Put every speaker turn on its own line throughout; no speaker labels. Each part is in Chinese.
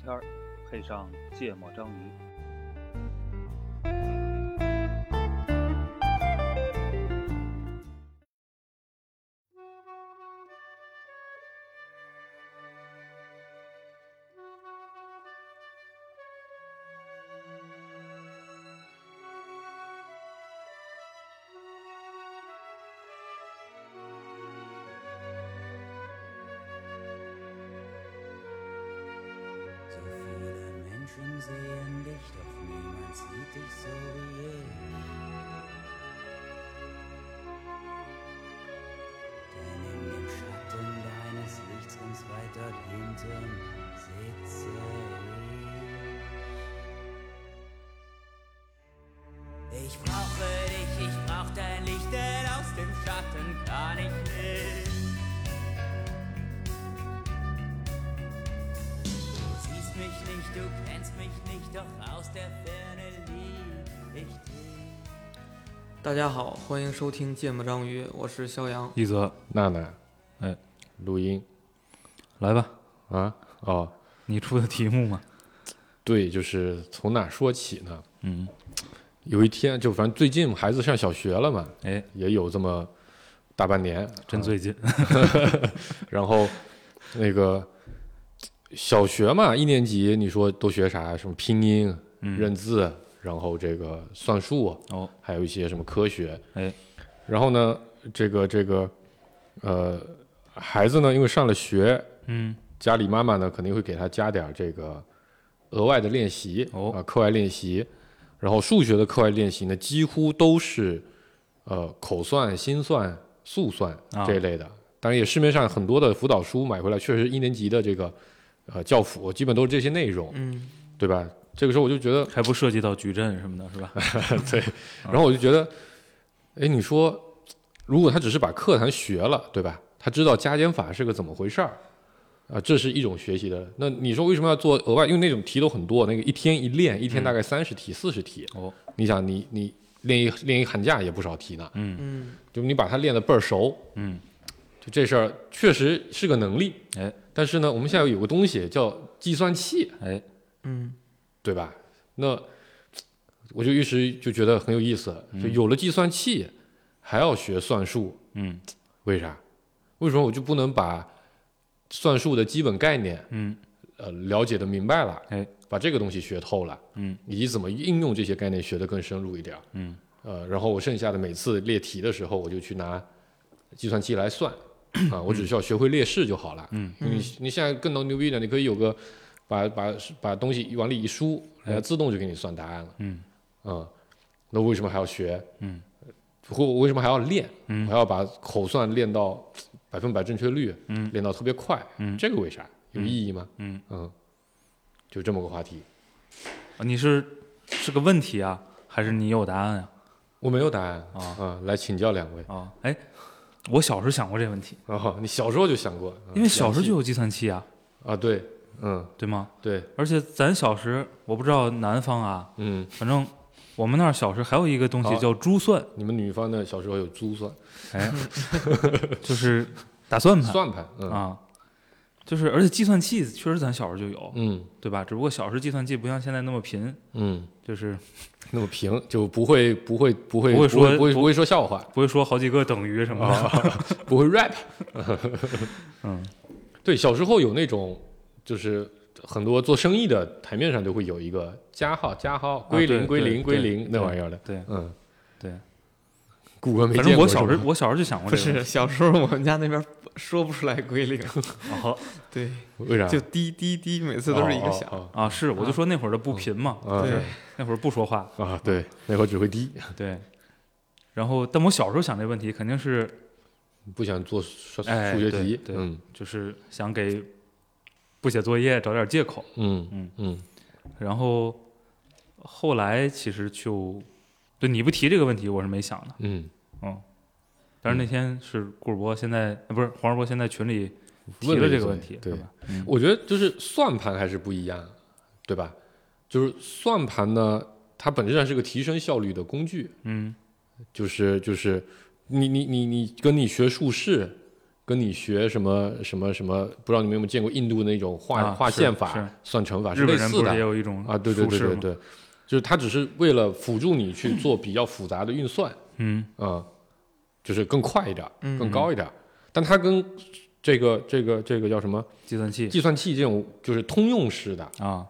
片儿，配上芥末章鱼。
So viele Menschen sehen dich, doch niemand sieht dich so wie ich. Denn in dem Schatten deines Lichts ganz weit dort hinten sitze ich. Ich brauche dich, ich brauch dein Licht, denn aus dem Schatten kann ich nicht. Du siehst mich nicht, du kennst mich nicht, doch aus der Ferne lieb ich dich.
大家好，欢迎收听《芥末章鱼》，我是肖阳。
一泽，
娜娜，
哎，
录音
来吧，
啊，哦，
你出的题目嘛，
对，就是从哪说起呢？
嗯，
有一天，就反正最近孩子上小学了嘛，
哎，
也有这么大 半年，
真
醉。
最近，
然后那个小学嘛，一年级，你说都学啥？什么拼音、认字，然后这个算术，
嗯哦，
还有一些什么科学，
哎，
然后呢，这个这个，呃，孩子呢，因为上了学，
嗯，
家里妈妈呢肯定会给他加点儿这个额外的练习，
哦
啊、课外练习。然后数学的课外练习呢，几乎都是呃口算、心算、速算
啊
这一类的。当然，也市面上很多的辅导书买回来，确实一年级的这个呃教辅基本都是这些内容，
嗯，
对吧？这个时候我就觉得，
还不涉及到矩阵什么的，是吧？
对，然后我就觉得，哎，你说如果他只是把课堂学了，对吧？他知道加减法是个怎么回事儿啊、这是一种学习的。那你说为什么要做额外？因为那种题都很多，那个一天一练，一天大概三十题、四十、题。
嗯哦，
你想你，你练一练一寒假也不少题呢。
嗯
嗯，
就你把它练得倍儿熟，
嗯，
就这事儿确实是个能力。
哎，
但是呢，我们现在有个东西叫计算器，
哎，
嗯，
对吧？那我就一时就觉得很有意思，就有了计算器，还要学算术，
嗯
为啥？为什么我就不能把算术的基本概念，
嗯，
呃，了解的明白了，
哎，
把这个东西学透了，
嗯，
以及怎么应用这些概念学得更深入一点，
嗯，
呃，然后我剩下的每次列题的时候，我就去拿计算器 来算，啊，我只需要学会列式就好了，嗯，你你现在更能牛逼一点，你可以有个把把把东西往里一输，人家自动就给你算答案了，
嗯，
啊，那为什么还要学？
嗯，
或我为什么还要练？
嗯
我还要把口算练到百分百正确率，嗯，练到特别快，
嗯
这个为啥？有意义吗？
嗯
就这么个话题。
啊你是是个问题啊，还是你有答案啊呀？
我没有答案
啊
嗯来请教两位。
啊，哎，我小时候想过这问题，
哦，你小时候就想过，嗯
因为小时候就有计算器啊，
啊，对，嗯，
对吗？
对，
而且咱小时，我不知道南方啊，
嗯，
反正我们那儿小时还有一个东西
好
叫珠算，
你们女方的小时候有珠算、
哎，就是 打算盘。
算盘，嗯
啊，就是而且计算器确实咱小时候就有，
嗯
对吧？只不过小时候计算器不像现在那么贫，
嗯，
就是
那么平就不会不会不会
不会说
不会
不
不会说笑话，
不会说好几个等于什么
啊
的。
不会 rap。
嗯，
对，小时候有那种就是。很多做生意的台面上就会有一个加号、加号、归零、
啊对
归
对
零、归
对
零那
对
玩意儿的，
对
嗯，
对，
谷歌没
反
见
正
过
我
是吧。
小时候我小时候就想过
不
这个问
是，
题。
小时候我们家那边说不出来归零，
哦
对，
为啥？
就滴滴滴，每次都是一个响。
啊哦
啊，是，我就说那会儿的不贫嘛，
哦哦
对，
那会儿不说话，
啊啊，对，那会儿只会低，
对。然后，但我小时候想这问题，肯定是
不想做数数
哎
学题，
对对
嗯
就是想给不写作业找点借口。
嗯
嗯
嗯嗯
然后后来其实就，对你不提这个问题，我是没想的。
嗯，
嗯，但是那天是顾主播现在、呃不是黄世博现在群里提
问了
这
一
个
嘴
问题，
对
是吧？嗯
我觉得就是算盘还是不一样，对吧？就是算盘呢，它本质上是个提升效率的工具，
嗯
就是就是你你你你跟你学术式，跟你学什么什么什么，不知道你们有没有见过印度那种画、
啊
画
是
线
是
法、算乘法
日
啊类
本人
似
不
的
是也有一种
啊，对对对
术式
对
吗，
对，就是它只是为了辅助你去做比较复杂的运算
嗯
啊、呃就是更快一点儿，
嗯
更高一点儿。但它跟这个这个这个叫什么
计算器
计算器这种就是通用式的
啊，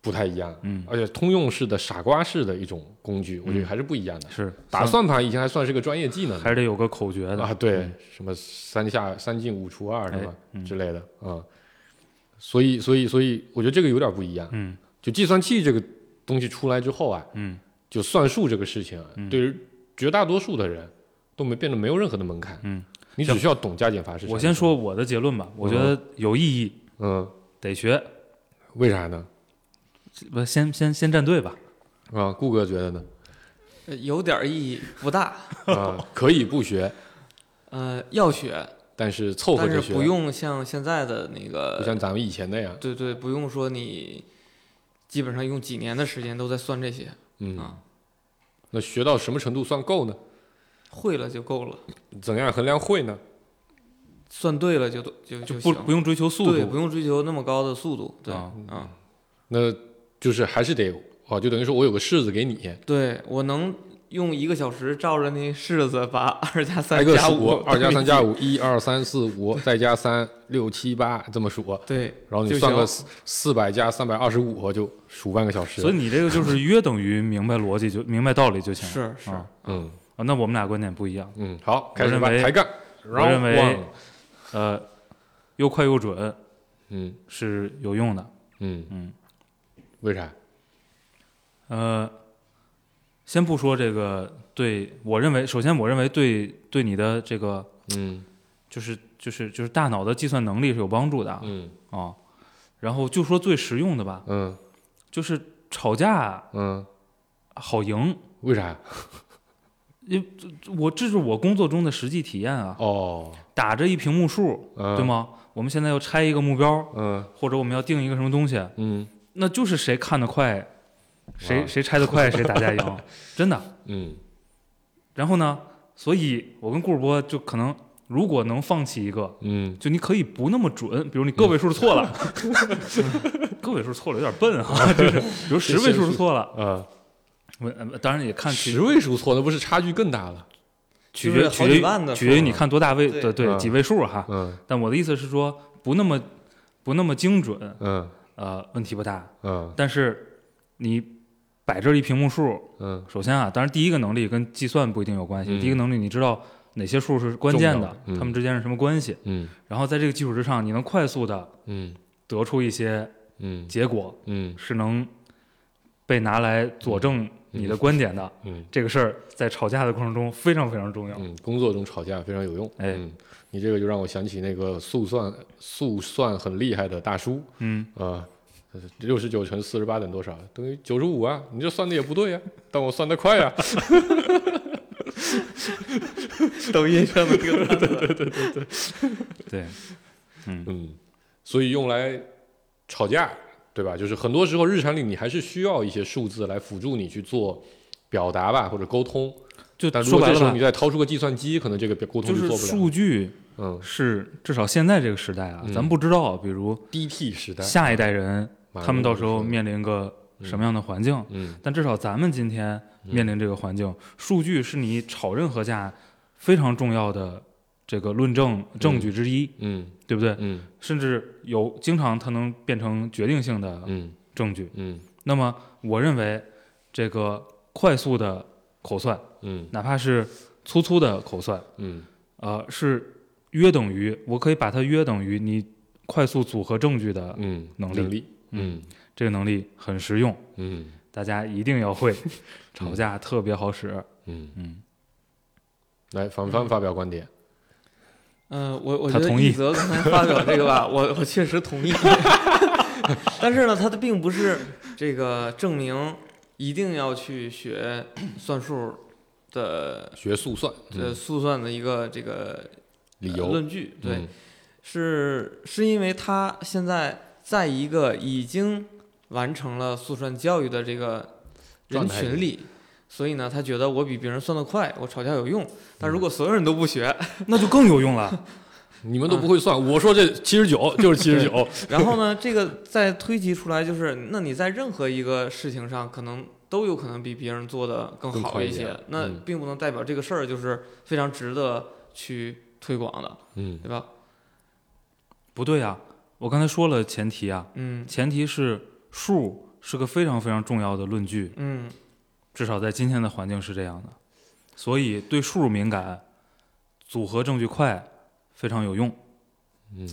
不太一样，
嗯
而且通用式的傻瓜式的一种工具，我觉得还是不一样的。
是
打
算
算盘以前还算是个专业技能呢
还是得有个口诀的
啊，对
嗯，
什么三下三进五除二什么
哎嗯
之类的啊，所以所以所以我觉得这个有点不一样。
嗯
就计算器这个东西出来之后啊，
嗯
就算术这个事情啊，对于绝大多数的人都没变得没有任何的门槛。
嗯，
你只需要懂加减法式。
我先，说我的结论吧，我觉得有意义，
嗯，
得学。
为啥呢？
不，先先先站队吧。
啊，顾哥觉得呢？
呃有点儿意义不大。
啊，可以不学，
呃，要学，
但是凑合
但
着
是
学，
不用像现在的那
不
个，
像咱们以前那样。
对对，不用说你基本上用几年的时间都在算这些，
嗯
啊，
那学到什么程度算够呢？
会了就够了，
怎样衡量会呢？
算对了就都就就
不
行，
不用追求速
对，
度
不用追求那么高的速度，对，
啊
啊
那就是还是得哦，就等于说我有个式子给你，
对我能用一个小时照着那式子把二加
挨
三
个
加
数
五，，
二加三加五，一二三四五，再加三六七八，这么数，
对，
然后你
就
算
行
个四四百加三百二十五，就数半个小时。
所以你这个就是约等于明白逻辑就明白道理就行了。
是是，
啊
嗯
啊，那我们俩观点不一样。
嗯，好，开始吧，
我认为
抬杠。
我认
round one
为，呃，又快又准
嗯
是有用的。
嗯
嗯，
为啥？
呃，先不说这个对我认为，首先我认为对对你的这个
嗯
就是就是就是大脑的计算能力是有帮助的啊、
嗯
然后就说最实用的吧，
嗯
就是吵架
嗯，
好赢，
为啥？
我这是我工作中的实际体验啊。
哦，
打着一屏幕数，
嗯
对？吗？我们现在要拆一个目标，
嗯
或者我们要定一个什么东西，
嗯
那就是谁看得快，谁
哇
谁拆得快，谁打架 赢，真的。
嗯
然后呢，所以我跟顾主播就可能，如果能放弃一个，
嗯
就你可以不那么准，比如你个位数是错了，
嗯
个位数错了有点笨啊，就是比如十位数是错了，
呃，
我呃当然也看取
十位数错，那不是差距更大了？
取
就是
决
好
取
几
决于
万的
取决于
数
你看多大位的
对
对
嗯
几位数哈。
嗯
但我的意思是说，不那么不那么精准，
嗯
呃，问题不大。
嗯
但是你摆这儿一屏幕数，
嗯，
首先啊，当然第一个能力跟计算不一定有关系。
嗯
第一个能力你知道哪些数是关键
重要
的
的，嗯
它们之间是什么关系。
嗯
然后在这个基础之上，你能快速的
嗯
得出一些
嗯
结果，
嗯
是能被拿来佐证你的观点的。
嗯
这个事儿在吵架的过程中非常非常重要。
嗯，工作中吵架非常有用。
哎
嗯，你这个就让我想起那个速算速算很厉害的大叔
嗯，
啊，六十九乘四十八等于多少？等于九十五啊！你这算的也不对呀、但我算得快呀、
抖音上的这个段子
对，
嗯，所以用来吵架，对吧？就是很多时候日常里你还是需要一些数字来辅助你去做表达吧，或者沟通。
就
但如
说
果
白
这
了
时候
吧
你，再掏出个计算机，可能这个沟通
就
就是做不了。
数据
嗯
是至少现在这个时代啊，
嗯
咱不知道，比如
，DT 时代，
下一代人
马
他们
云
到时候
说的
面临个什么样的环境。
嗯
但至少咱们今天面临这个环境，数据是你吵任何架非常重要的这个论证证据之一，
嗯
对不对？
嗯
甚至有经常它能变成决定性的
嗯
证据。
嗯
那么我认为，这个快速的口算，
嗯
哪怕是粗粗的口算，
嗯
呃，是约等于，我可以把它约等于你快速组合证据的
嗯，
能力
能力，嗯
这个能力很实用，
嗯
大家一定要会， 吵架特别好使。
嗯
嗯。
来，反方发表观点，
嗯，我我
他
觉得
同
一
意
泽刚才发表这个吧， 我我确实同意， 但是呢，他并不是这个证明一定要去学算数的
学速算，
呃
嗯
速算的一个这个
理
呃
由，
论据，对，
嗯
是是因为他现在在一个已经完成了速算教育的这个人
状态
群
里
里，所以呢，他
嗯
觉得我比别人算得快，我吵架有用。但如果所有人都不学，
那就更有用了。
你们都不会算，我说这七十九 就是七十九，
然后呢，这个再推及出来，就是那你在任何一个事情上，可能都有可能比别人做的更
更
好
快一
一些
点，
那
嗯
并不能代表这个事儿就是非常值得去推广的，
嗯
对吧？
不对啊，我刚才说了前提啊，
嗯
前提是数是个非常非常重要的论据，
嗯，
至少在今天的环境是这样的，所以对数敏感，组合证据快非常有用。
嗯，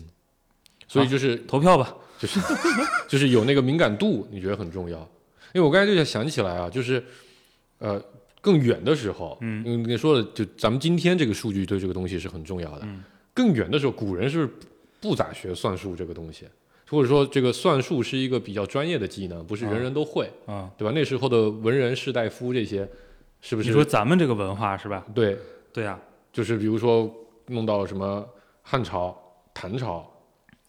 所以就是
投票吧，
就是 就是有那个敏感度，你觉得很重要。因为我刚才就想想起来啊，就是呃更远的时候，
嗯
因为你说了，就咱们今天这个数据对这个东西是很重要的。
嗯
更远的时候，古人是不咋学算术这个东西，或者说这个算术是一个比较专业的技能，不是人人都会，
啊、
对吧？那时候的文人士大夫这些，是不是？
你说咱们这个文化是吧？
对，
对啊呀、
就是比如说弄到什么汉朝、唐朝，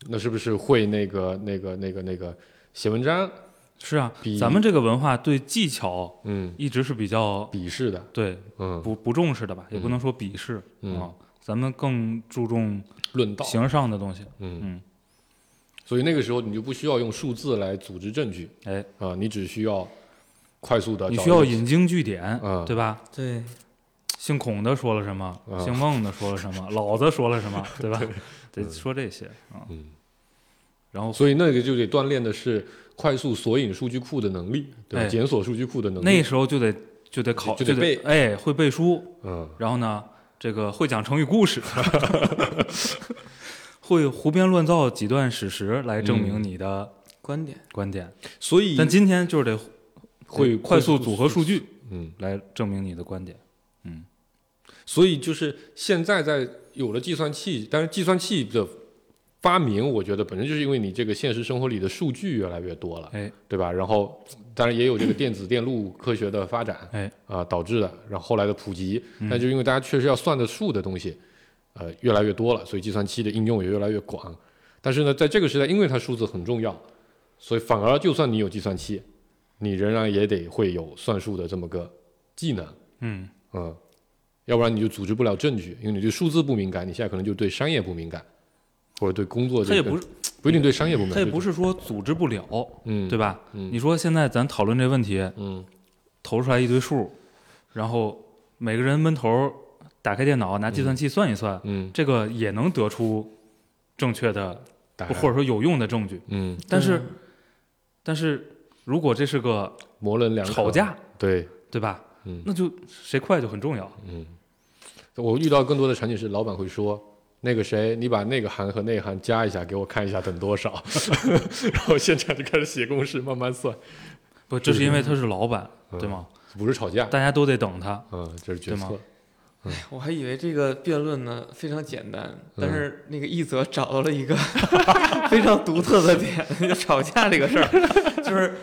那是不是会那个那个那个那个写文章？
是啊
比，
咱们这个文化对技巧
嗯，
一直是比较
鄙视的，
对
嗯，
不不重视的吧，也不
嗯
能说鄙视啊、
嗯
咱们更注重
论道，
形而上的东西。
嗯
嗯，
所以那个时候你就不需要用数字来组织证据
哎，
啊、你只需要快速的，
你需要引经据典，
嗯
对吧？
对，
姓孔的说了什么，
啊
姓孟的说了什么， 老子说了什么，对吧？得说这些啊。
嗯，
然后
所以那个就得锻炼的是快速索引数据库的能力，对吧？
哎
检索数据库的能
那
力，
时候就得就得考
就得
得
背
哎会背书，
嗯
然后呢这个会讲成语故事， 会胡编乱造几段史实来证明
嗯
你的
观点，
观点。
所以
但今天就是得
会
得快速组合数，据
嗯，
来证明你的观点。
所以就是现在在有了计算器，但是计算器的发明，我觉得本身就是因为你这个现实生活里的数据越来越多了，
哎，
对吧？然后当然也有这个电子电路科学的发展，
哎
啊、导致的，然后后来的普及，
嗯
那就因为大家确实要算的数的东西，呃，越来越多了，所以计算器的应用也越来越广。但是呢，在这个时代，因为它数字很重要，所以反而就算你有计算器，你仍然也得会有算术的这么个技能。
嗯，
嗯，要不然你就组织不了证据，因为你对数字不敏感，你现在可能就对商业不敏感，或者对工作
他
这
也
个
不是
不一定对商业不敏
他
感，
也不
是
是说组织不了，
嗯，
对
吧？
吧？
嗯
你说现在咱讨论这问题，
嗯
投出来一堆数，然后每个人闷头打开电脑拿计算器算一算，
嗯，
这个也能得出正确的
打
或者说有用的证据。
哎嗯
但是，但是如果这是个
模棱两可
吵架，
对，
对吧？
嗯
那就谁快就很重要。
嗯，我遇到更多的场景是老板会说。那个谁，你把那个行和那个行加一下，给我看一下等多少， 然后现场就开始写公式，慢慢算，
不，这是因为他是老板，
嗯
对吗？
不是吵架，
大家都得等他。
嗯，这是决
对
策
吗，
我还以为这个辩论呢非常简单，但是那个一泽找到了一个 非常独特的点，就吵架这个事儿，就是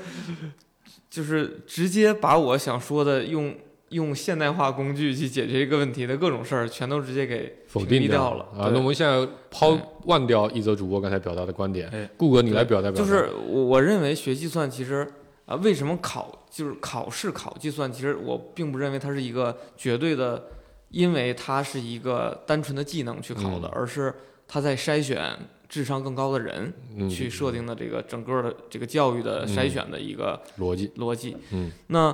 就是直接把我想说的用用现代化工具去解决一个问题的各种事儿，全都直接给
否
屏
定
蔽掉
了
了
啊。
对
那我们现在抛
对
忘掉一则主播刚才表达的观
哎
点，顾哥你来表达表达，
就是我我认为学计算其实啊，为什么考就是考试考计算，其实我并不认为它是一个绝对的，因为它是一个单纯的技能去考的，
嗯
而是它在筛选智商更高的人
嗯
去设定的这个整个的这个教育的筛选的一个
逻辑，
逻辑。
嗯
那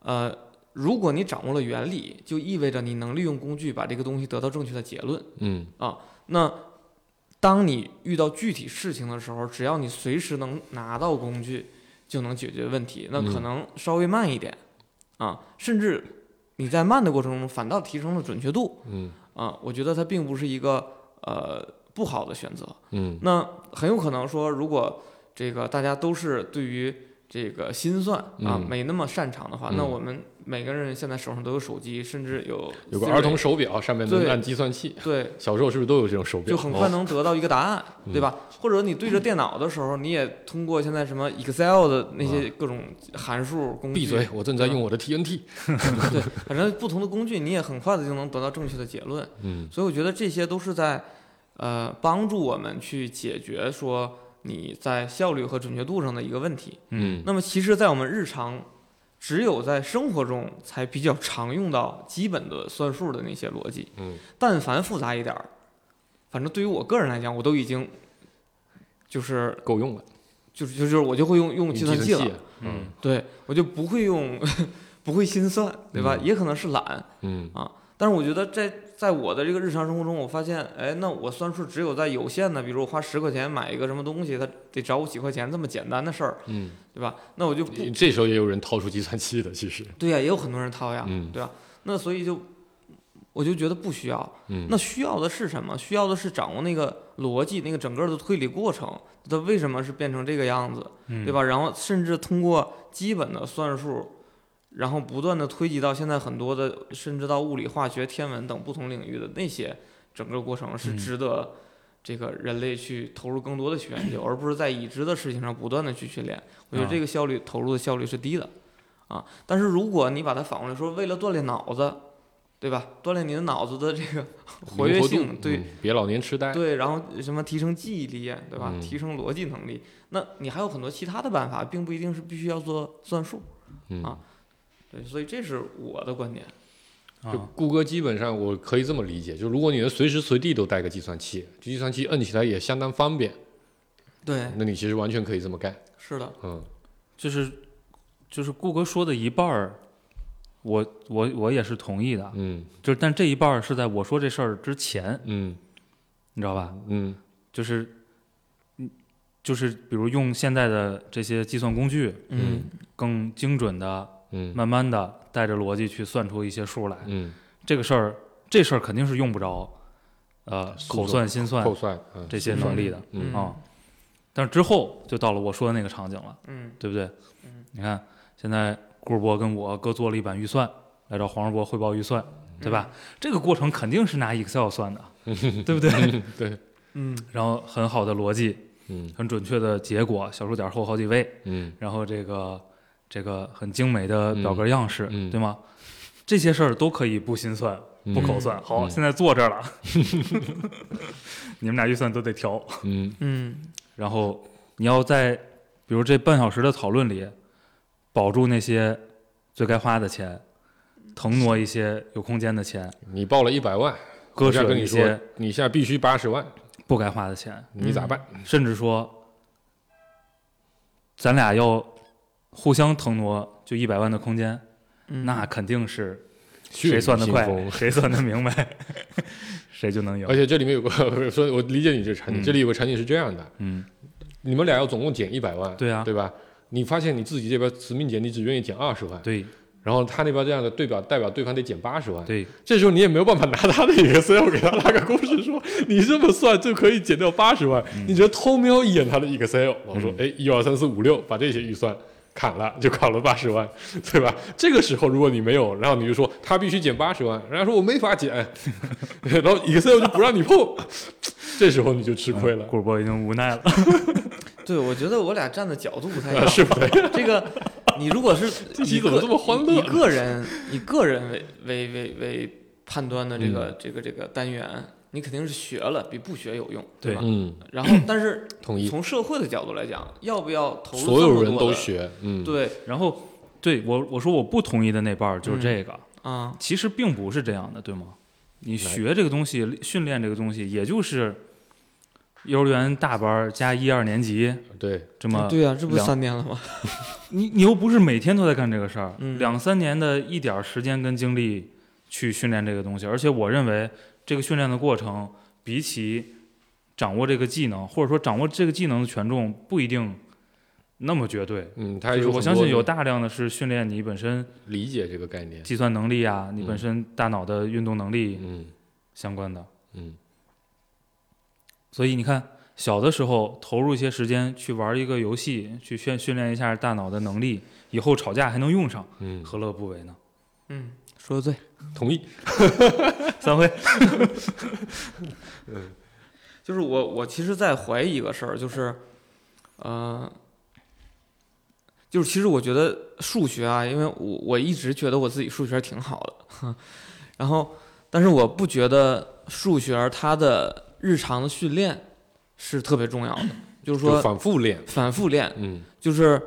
呃，如果你掌握了原理，就意味着你能利用工具把这个东西得到正确的结论。
嗯
那当你遇到具体事情的时候，只要你随时能拿到工具，就能解决问题。那可
嗯
能稍微慢一点、啊，甚至你在慢的过程中反倒提升了准确度
嗯
啊。我觉得它并不是一个呃不好的选择。
嗯
那很有可能说，如果这个大家都是对于这个心算啊、
嗯
没那么擅长的话，那
嗯
我们每个人现在手上都有手机，甚至有
有个
Siri，
儿童手表，上面能
对
按计算器，
对
小时候是不是都有这种手表？
就很快
哦
能得到一个答案，
嗯
对吧？或者你对着电脑的时候，你也通过现在什么 Excel 的那些各种函数工具，
啊闭嘴！我正在用我的 TNT。
对，反正不同的工具，你也很快的就能得到正确的结论。
嗯
所以我觉得这些都是在呃帮助我们去解决说你在效率和准确度上的一个问题。
嗯
那么其实，在我们日常。只有在生活中才比较常用到基本的算术的那些逻辑，
嗯
但凡复杂一点儿，反正对于我个人来讲，我都已经就是
够用了，
就是就是就是我就会用用计算
器
器了，
嗯
对我就不会用 不会心算，对吧？
嗯
也可能是懒，
嗯
但是我觉得在在我的这个日常生活中，我发现，哎，那我算数只有在有限的，比如我花十块钱买一个什么东西，它得找我几块钱这么简单的事儿，
嗯，
对吧？那我就不
你这时候也有人掏出计算器的，其实，
对呀、也有很多人掏呀，
嗯
对吧？那所以就我就觉得不需要。
嗯，
那需要的是什么？需要的是掌握那个逻辑，那个整个的推理过程，它为什么是变成这个样子，
嗯
对？吧？然后甚至通过基本的算术，然后不断的推及到现在很多的，甚至到物理、化学、天文等不同领域的那些整个过程，是
嗯
值得这个人类去投入更多的去研究，而不是在已知的事情上不断的去训练。我觉得
啊
这个效率投入的效率是低的，啊，但是如果你把它反过来说，为了锻炼脑子。对吧？锻炼你的脑子的这个 活跃
灵活度
性，对、
嗯别老年痴呆，
对，然后什么提升记忆力，啊对吧？
嗯
提升逻辑能力，那你还有很多其他的办法，并不一定是必须要做算术。
嗯
啊对，所以这是我的观点。
就
啊，
谷歌基本上我可以这么理解，就如果你能随时随地都带个计算器，计算器摁起来也相当方便，
对，
那你其实完全可以这么干。
嗯是的，
嗯
就是就是顾哥说的一半儿，我我我也是同意的，
嗯
就是但这一半儿是在我说这事儿之前，
嗯
你知道吧？
嗯
就是嗯，就是比如用现在的这些计算工具，
嗯
更精准的、
嗯
慢慢的带着逻辑去算出一些数来。
嗯，
这个事儿，这事儿肯定是用不着，呃，
速
口
算
算心算
扣算，嗯
这些能力的
嗯
嗯
啊。但是之后就到了我说的那个场景了，
嗯
对不对
嗯？
你看，现在顾世博跟我各做了一版预算，来找黄世博汇报预算，对吧？
嗯
这个过程肯定是拿 Excel 算 的，对不对？
对，
嗯
然后很好的逻辑，
嗯
很准确的结果，小数点后好几位，
嗯
然后这个这个很精美的表格样式，
嗯嗯
对吗？这些事儿都可以不心算、
嗯
不口算。好，
嗯
现在坐这儿 了， 你们俩预算都得调。
嗯
嗯
然后你要在比如这半小时的讨论里，保住那些最该花的钱，腾挪一些有空间的钱，
你报了一百万，
割
我现
舍
在跟
一
你
些
说，嗯你现在必须八十万，
不该花的钱，
你咋办？
甚至说，咱俩要互相腾挪就一百万的空间，
嗯，
那肯定是
血
谁
雨
算得
腥
快，
风
谁算得明白， 谁就能赢
而。且这里面有个， 说我理解你这个场景，
嗯
这里有个场景是这样的，
嗯，
你们俩要总共减一百万，
对啊
对吧？你发现你自己这边死命减，你只愿意减二十万，
对
然后他那边这样的对表代表对方得减八十万，
对，
这时候你也没有办法拿他的 Excel 给他拉个公式说，你这么算就可以减掉八十万，
嗯
你就偷瞄一眼他的 Excel，老说，哎，一二三四五六，把这些预算砍了，就砍了八十万，对吧？这个时候如果你没有，然后你就说他必须减八十万，人家说我没 法减，然后 Excel E 就不让你碰，这时候你就吃亏了，
嗯
顾波已经无奈了。
对，我觉得我俩站的角度不 太一
啊
样。
是不对？
这个，你如果 是
这
以
期怎么
个
这么欢
以
乐
以个人以个人为为为为判断的这个、
嗯
这个这个单元，你肯定是学了比不学有用，对吧？
嗯，
然后，但是
同意，
从社会的角度来讲，要不要投入
所
这么
有人
多
都
的？
学，嗯，
对
然后对我我说我不同意的那半儿
嗯
就是这个，
啊，
其实并不是这样的，对吗？你学这个东西，训练这个东西，也就是幼儿园大班儿加一二年级
对，
这么。
嗯对呀、啊这不是
两
三年了吗？
你你又不是每天都在干这个事儿，
嗯
两三年的一点儿时间跟精力去训练这个东西，而且我认为这个训练的过程，比起掌握这个技能，或者说掌握这个技能的权重不一定那么绝对。
嗯，他
就
有
是我
很
相信
多
有大量的是训练你本身
理解这个概念，
计算能力啊，你本
嗯
身大脑的运动能力
嗯
相关的。
嗯。
所以你看，小的时候投入一些时间去玩一个游戏，去训训练一下大脑的能力，以后吵架还能用上，
嗯，
何乐不为呢？
嗯，说的对。
同意。
散会。
就是我我其实，在怀疑一个事儿，就是，呃，就是其实我觉得数学啊，因为我我一直觉得我自己数学挺好的， 然后，但是我不觉得数学它的日常的训练是特别重要的，就是
就
说
反复练，
反复练，
嗯
就是，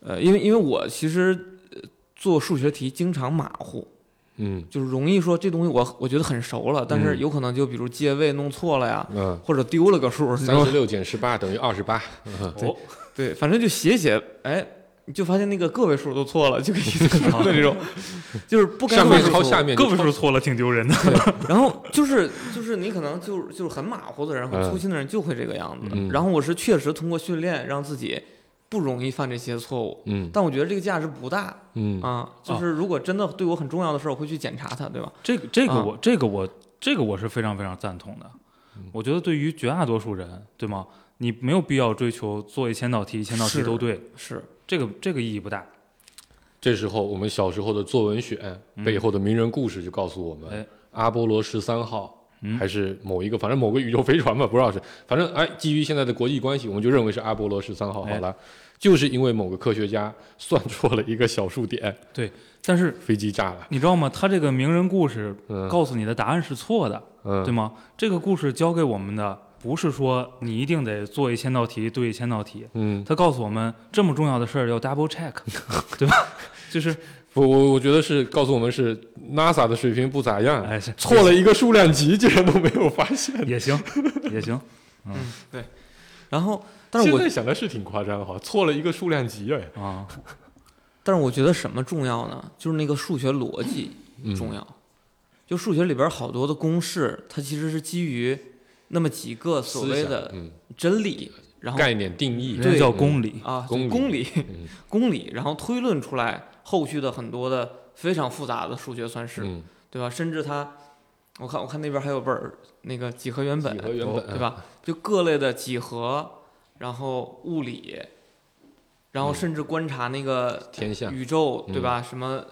呃，因为因为我其实呃做数学题经常马虎，
嗯
就是容易说这东西我我觉得很熟了，但是有可能就比如借位弄错了呀，
嗯，
或者丢了个数，你知道
三
吗
十六减十八等于二十八，
哦，
对，反正就写写，哎，你就发现那个个位数都错了，就 给你的这种，就是不该
上面
做的
抄
错
下面就
个位数错了挺丢人的。
然后就是就是你可能就是就是很马虎的人，很
嗯
粗心的人就会这个样子。
嗯
然后我是确实通过训练让自己不容易犯这些错误，
嗯
但我觉得这个价值不大
嗯
啊。就是如果真的对我很重要的事儿，我会去检查它，对吧？
这个这个
啊
我、这个我这个我是非常非常赞同的。
嗯
我觉得对于绝大多数人，对吗？你没有必要追求做一千道题，一千道题
是
都对，
是，
这个这个意义不大。
这时候，我们小时候的作文选背后的名人故事就告诉我们，
哎
阿波罗十三号、
嗯
还是某一个，反正某个宇宙飞船吧，不知道是，反正哎，基于现在的国际关系，我们就认为是阿波罗十三号
哎
好了。就是因为某个科学家 算错了一个小数点，
但是
飞机炸了。
你知道吗？他这个名人故事
嗯
告诉你的答案是错的，对
嗯
吗？这个故事教给我们的不是说你一定得做一千道题对一千道题，
嗯，
他告诉我们这么重要的事儿要 double check，对吧？就是
我我我觉得是告诉我们是 NASA 的水平不咋样，
哎是
错了一个数量级，竟然都没有发现。
也行也行，
嗯，对。然后，但是
现
我
在想的是挺夸张哈，错了一个数量级哎，
啊，
但是我觉得什么重要呢？就是那个数学逻辑
嗯
重要。就数学里边好多的公式，它其实是基于那么几个所
思
谓
想
的
嗯
真理，然后
概念定义，
人家
对
叫公理，
啊，
公理
公理
嗯，
公理，然后推论出来后续的很多的非常复杂的数学算式，
嗯，
对吧？甚至它，我看我看那边还有本儿那个几何原本，
几何原本啊
对吧？就各类的几何，然后物理，然后甚至观察那个
天象，
宇宙，
嗯
对吧？什么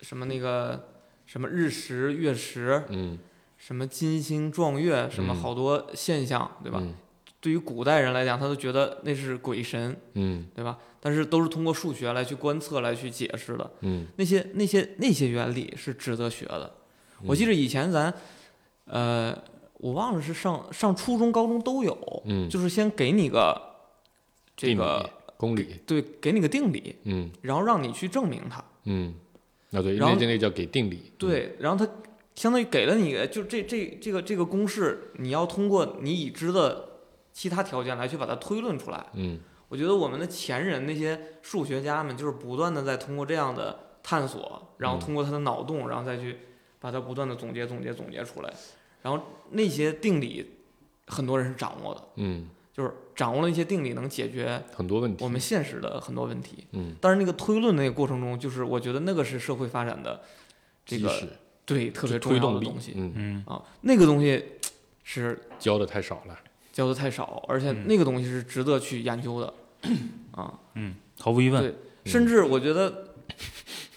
什么那个什么日食、月食，
嗯，
什么金星撞月，什么
嗯
好多现象，对吧？
嗯
对于古代人来讲，他都觉得那是鬼神，
嗯
对吧？但是都是通过数学来去观测、来去解释的。
嗯，
那些那些那些原理是值得学的。我记
得，
得以前咱，呃，我忘了是上上初中、高中都有，
嗯，
就是先给你个这
定
个
理公理，
对，给你个定理，
嗯
然后让你去证明它。
嗯，啊对，
然后
那那叫给定理，
对，然后它相当于给了你个，就这这这个这个公式，你要通过你已知的其他条件来去把它推论出来。
嗯，
我觉得我们的前人那些数学家们，就是不断的在通过这样的探索，然后通过他的脑洞，然后再去把它不断的总结、总结、总结出来。然后那些定理，很多人是掌握的，
嗯
就是掌握了一些定理，能解决
嗯，很多问题，
我们现实的很多问题。
嗯，
但是那个推论那个过程中，就是我觉得那个是社会发展的这
基
个
石
对特别重
推
要
动
的
力
东，西
嗯，
嗯，
啊，那个东西是
教的太少了，
教的太少，而且
嗯
那个东西是值得去研究的啊。
嗯，毫无疑问，
对甚至我觉得，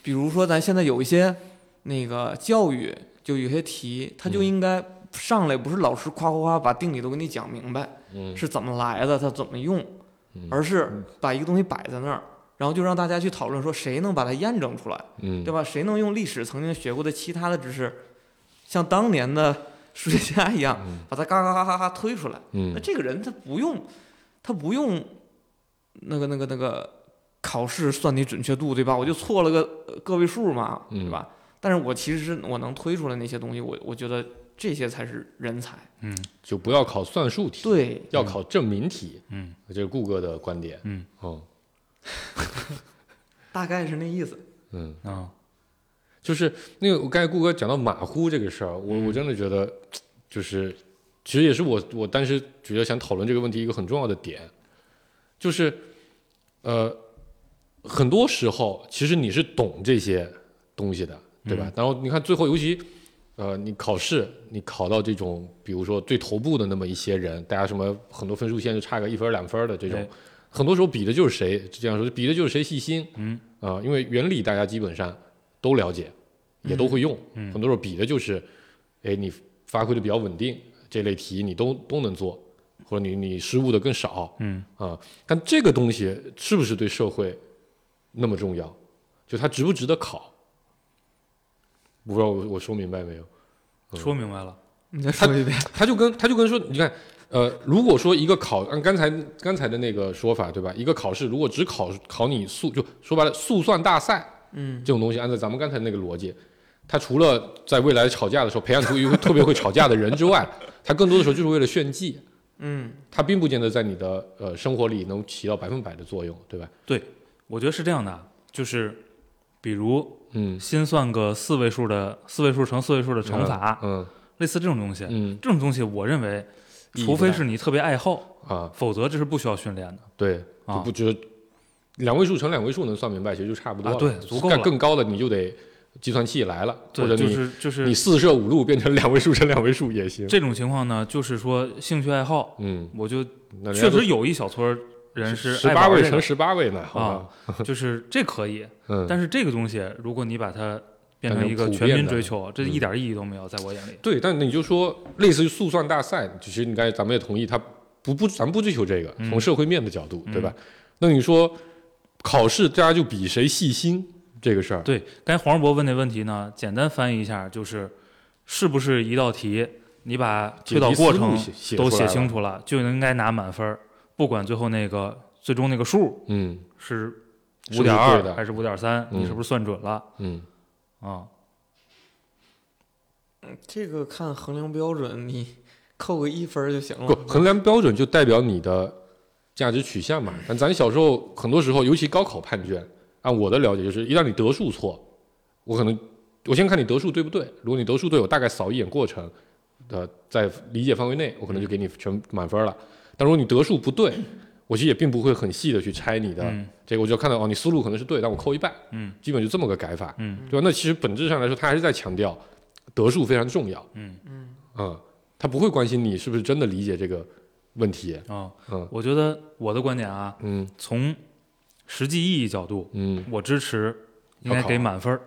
比如说咱现在有一些那个教育，就有些题，它就
嗯
应该上来不是老师夸夸夸把定理都给你讲明白
嗯
是怎么来的，它怎么用
嗯，
而是把一个东西摆在那儿，然后就让大家去讨论说谁能把它验证出来，
嗯
对，吧？谁能用历史曾经学过的其他的知识，像当年的 数学家一样，
嗯
把它嘎嘎嘎嘎嘎推出来。那
嗯
这个人他不用，他不用那个那个那个考试算你准确度，对吧？我就错了个呃个位数嘛，
嗯
对吧？但是我其实是我能推出来那些东西，我我觉得这些才是人才。
嗯
就不要考算术题，，
对，
要考证明题，
嗯，
这是顾哥的观点，
嗯
哦
大概是那意思。
嗯。
啊，
就是那个，我刚才顾哥讲到马虎这个事儿，啊我我真的觉得，就是其实也是我我当时觉得想讨论这个问题一个很重要的点，就是呃，很多时候其实你是懂这些东西的，对吧？然后你看最后，尤其呃，你考试你考到这种，比如说最头部的那么一些人，大家什么很多分数线就差个一分儿两分儿的这种
哎，
很多时候比的就是谁这样说，比的就是谁细心，
嗯
啊、因为原理大家基本上都了解，也都会用，
嗯
很多时候比的就是，哎，你发挥的比较稳定，这类题你都都能做，或者你你失误的更少，
嗯
啊，但这个东西是不是对社会那么重要？就它值不值得考？不知道我我说明白没有？嗯
说明白了，
你再说一遍。
它就跟它就跟说，你看，呃，如果说一个考按刚才刚才的那个说法，对吧？一个考试如果只考考你速，就说白了速算大赛
嗯
这种东西，按照咱们刚才那个逻辑，他除了在未来吵架的时候培养出一个特别会吵架的人之外， 他更多的时候就是为了炫技，
嗯，
他并不见得在你的呃生活里能起到百分百的作用，对吧？
我觉得是这样的啊，就是比如
嗯
心算个四位数的四位数乘四位数的乘法，
嗯
类似这种东西，
嗯
这种东西我认为，
意义
除
不
非
大
是你特别爱好，
啊，
否则这是不需要训练的。
对，
啊
就不觉得两位数乘两位数能算明白，其实就差不多了。
啊对足够
干
了
更高的你就得计算器来了，或
对，
者你、
就是就
你
是
四舍五入变成两位数乘两位数也行。
这种情况呢，就是说兴趣爱好，
嗯，
我就
那
确实有一小撮儿人是
十
爱
八
玩
位
这个
乘十八位呢，好吧
啊？，就是这可以，
嗯，
但是这个东西如果你把它变
变
成
成
一个
普
全
遍
民
的
追求，这一
嗯
点意义都没有，在我眼里。
对，但你就说类似于速算大赛，其实你刚才咱们也同意，它不不，咱们不追求这个，
嗯
从社会面的角度，
嗯
对吧？那你说考试，大家就比谁细心这个事儿，
对，刚才黄世博问那问题呢，简单翻译一下，就是是不是一道题你把推导
解题
过
思路
程
写写
都
出
写
来
清
了，
楚了，就应该拿满分儿，不管最后那个最终那个数
嗯
是
是
五
不是
点二
对的
还是五点三，你
嗯
是不是算准了
嗯，
啊？
这个看衡量标准，你扣个一分儿就行
不
了。
衡量标准就代表你的价值取向嘛。但咱小时候很多时候，尤其高考判卷，按我的了解就是，一旦你得数错，我可能我先看你得数对不对，如果你得数对，我大概扫一眼过程，呃，在理解范围内，我可能就给你全满分了。但如果你得数不对，我其实也并不会很细的去拆你的、
嗯
这个，我就看到哦，你思路可能是对，但我扣一半，
嗯，
基本就这么个改法，
嗯
对吧？那其实本质上来说，他还是在强调得数非常重要。
嗯
嗯，
嗯，他不会关心你是不是真的理解这个问题。
啊，
嗯
我觉得我的观点啊，
嗯
从实际意义角度，
嗯
我支持应
要
该
考啊
给满分儿，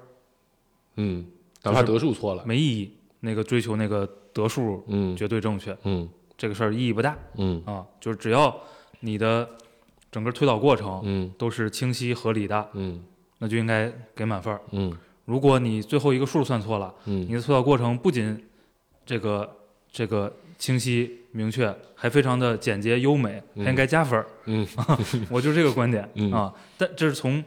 嗯，哪怕得数错了，
没意义。那个追求那个得数
嗯
绝对正确，
嗯
这个事儿意义不大。
嗯
啊，就是只要你的整个推导过程
嗯
都是清晰合理的，
嗯
那就应该给满分儿。
嗯
如果你最后一个数算错了，
嗯
你的推导过程不仅这个这个清晰明确，还非常的简洁优美，还应该加分儿。
嗯
我就是这个观点、
嗯
啊。但这是从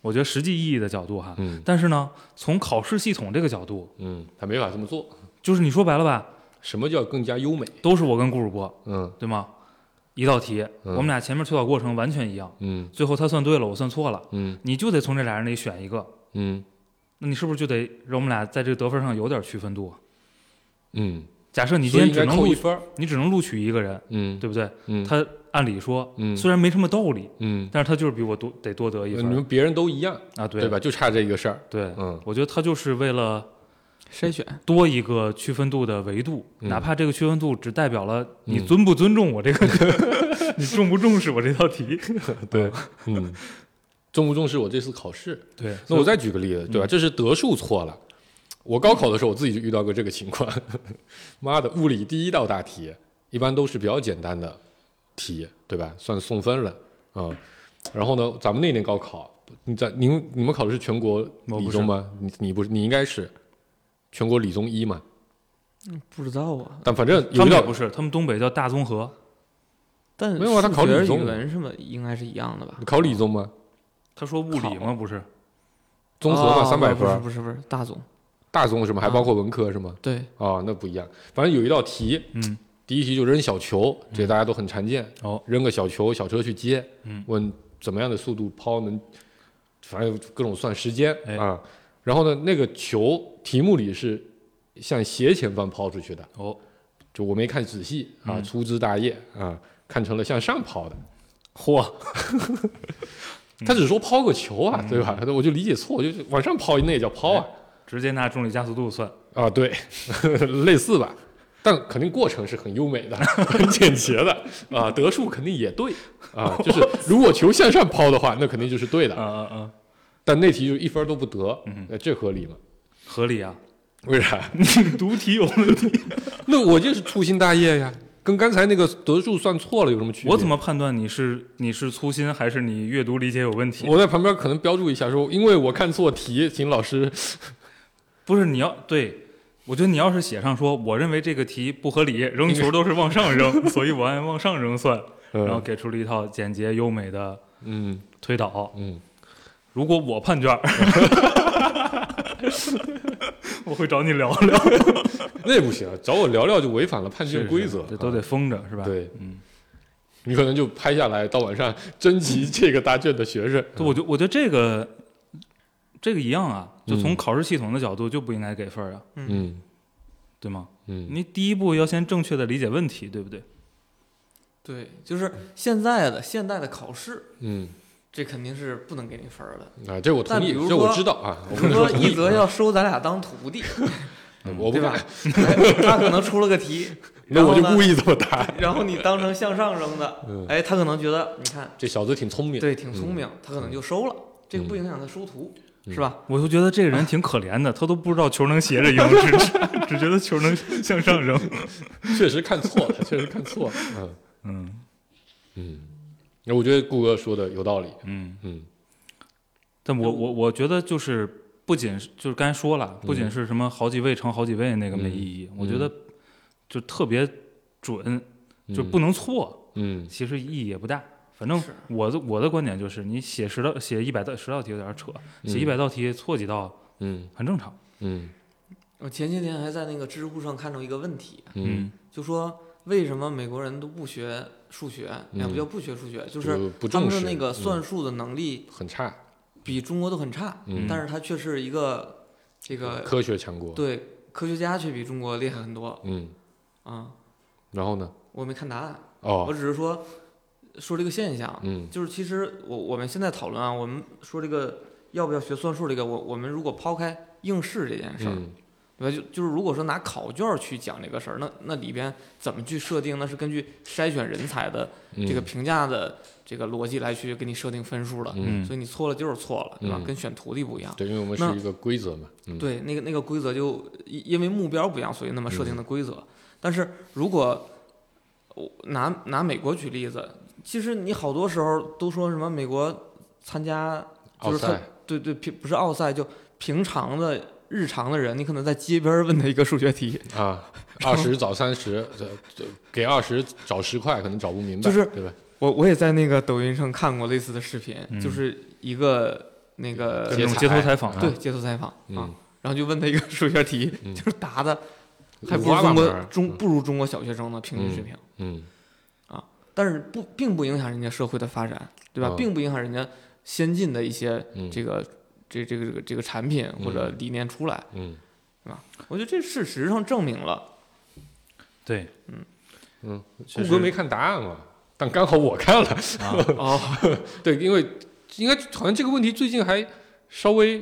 我觉得实际意义的角度哈。
嗯
但是呢，从考试系统这个角度，
嗯，他没法这么做。
就是你说白了吧，
什么叫更加优美？
都是我跟顾主播，
嗯
对吗？一道题，
嗯
我们俩前面推导过程完全一样，
嗯
最后他算对了，我算错了，
嗯
你就得从这俩人里选一个，
嗯
那你是不是就得让我们俩在这个得分上有点区分度啊？
嗯，
假设你今
所以
天
应
只
该
能
扣一
录，
分儿。
你只能录取一个人，
嗯
对不对？
嗯
他按理说
嗯
虽然没什么道理，
嗯，
但是他就是比我多得多得一
你
分
们别人都一样，
啊，对
对？吧？就差这一个事儿。
对，
嗯
我觉得他就是为了
筛选，
多一个区分度的维度，
嗯
哪怕这个区分度只代表了你
嗯
尊不尊重我这个， 你重不重视我这道 题？
对，嗯，重不重视我这次考试？
对，
那
所以嗯
我再举个例子，对吧？这是德数错了。我高考的时候，我自己就遇到过这个情况。 妈的，物理第一道大题一般都是比较简单的题，对吧？算送分了啊、嗯然后呢，咱们那年高考，你在你们你们考的是全国
我
理
不
综
是
吗？你你不是你应该是全国理综一嘛？
不知道啊。
但反正
他
有一
们也
道
不是，他们东北叫大综合，
但
没有啊他
数
考理
学
综
语文什么应该是一样的吧
你？考理综吗？
他说物理吗？不是，
综合嘛，
哦
三百
不
分
是
儿，
不是不是大总，
大综是吗？
嗯
还
啊
包括文科是吗？
对，
哦，那不一样。反正有一道题，
嗯，
第一题就扔小球，这大家都很常见。
哦，
扔个小球，小车去接，
嗯
问怎么样的速度抛能，反正各种算时间、
哎
啊。然后呢，那个球题目里是向斜前方抛出去的，
哦，
就我没看仔细啊，
嗯
粗枝大叶啊，看成了向上抛的。
嚯，
他只说抛个球啊，对
嗯
吧？我就理解错，我就往上抛，那也叫抛啊。
直接拿重力加速度算。
啊，对，类似吧，但肯定过程是很优美的、很简洁的啊，得数肯定也对啊，就是如果球向上抛的话，那肯定就是对的，
嗯嗯嗯，
但那题就一分都不得
嗯，
那这合理吗？
合理啊。
为啥？
读题有问题，
那我就是粗心大意呀，跟刚才那个得数算错了有什么区别？
我怎么判断你是你是粗心还是你阅读理解有问题？
我在旁边可能标注一下说，因为我看错题，请老师
不是你要对，我觉得你要是写上说，我认为这个题不合理，扔球都是往上扔，所以我按往上扔算，然后
嗯
给出了一套简洁优美的
嗯
推导。
嗯，
如果我判卷儿，我会找你聊聊，
那不行，啊找我聊聊就违反了判
是
卷
是
规则，
这都
啊
得封着是吧？，
对
嗯，
你可能就拍下来，到晚上征集这个答卷的学生。
对，我觉我觉得这个这个一样啊，就从
嗯
考试系统的角度就不应该给分儿啊，
嗯
对吗？
嗯，
你第一步要先正确的理解问题，对不对？
对，就是现在的现代的考试，
嗯
这肯定是不能给你分儿的。
啊，这我同
但
意，
比如
这我
说
知道啊，我
比
不
如
能说
说
同
一
意
泽要收咱俩当徒弟，
我不
对吧哎
敢，
他可能出了个题，
那我就
然后呢
故意这么答。
然后你当成向上扔的，
嗯，
哎，他可能觉得你看
这小子挺聪明。
对挺聪明，他
嗯
可能就收了，这个不影响他收徒，是吧？
我就觉得这个人挺可怜的，他都不知道球能斜着扔，只 只觉得球能向上扔。
确实看错了，确实看错了。嗯
嗯
嗯，那我觉得顾哥说的有道理。
嗯，
嗯
但我我我觉得就是不仅是就是刚才说了，不仅
嗯
是什么好几位乘好几位那个没
嗯
意义，
嗯
我觉得就特别准，
嗯
就不能错，
嗯
其实意义也不大。反正
是
我的我的观点就是，你写十道写一百道十道题有点扯，写
嗯
一百道题错几道
嗯
很正常。
嗯
我前些天还在那个知乎上看到一个问题，
嗯，
就说为什么美国人都不学数学，也不叫不学数学，就是
嗯就不
他们
重
的
视
那个
嗯
算术的能力
很差，
比中国都很差，
嗯
但是他却是一个这个
科学强国。
对科学家却比中国厉害很多
嗯，
啊、
然后呢？
我没看答案，我
哦，
只是说说这个现象，
嗯
就是其实我我们现在讨论啊，我们说这个要不要学算术这个，我我们如果抛开应试这件事儿，
嗯
对吧？就就是如果说拿考卷儿去讲这个事儿，那那里边怎么去设定？那是根据筛选人才的
嗯
这个评价的这个逻辑来去给你设定分数的，
嗯，
所以你错了就是错了，对吧？
嗯
跟选徒弟不一样。
对，因为我们
那
是一个规则嘛。嗯，
对，那个那个规则就因因为目标不一样，所以那么设
嗯
定的规则。但是如果我拿拿美国举例子，其实你好多时候都说什么美国参加
奥
就是他
赛。
对对平不是奥赛，就平常的日常的人，你可能在街边儿问他一个数学题，
啊，二十找三十，这这给二十找十块，可能找不明白，
就是
对吧？
我我也在那个抖音上看过类似的视频，
嗯
就是一个那个
就
嗯街
那种
采
街头采访啊，
对街头采访、啊
嗯，，
然后就问他一个数学题，
嗯
就是答的还
五
不如
花八
中国
门儿
中不如中国小学生的平均水平，
嗯
但是不并不影响人家社会的发展，对吧？
嗯
并不影响人家先进的一些
嗯
这个、这这个这个这个产品或者理念出来，
嗯
我觉得这事实上证明了，
对，
嗯，
确
顾
实啊
哥没看答案嘛，但刚好我看了，
哦，
对，因为应该好像这个问题最近还稍微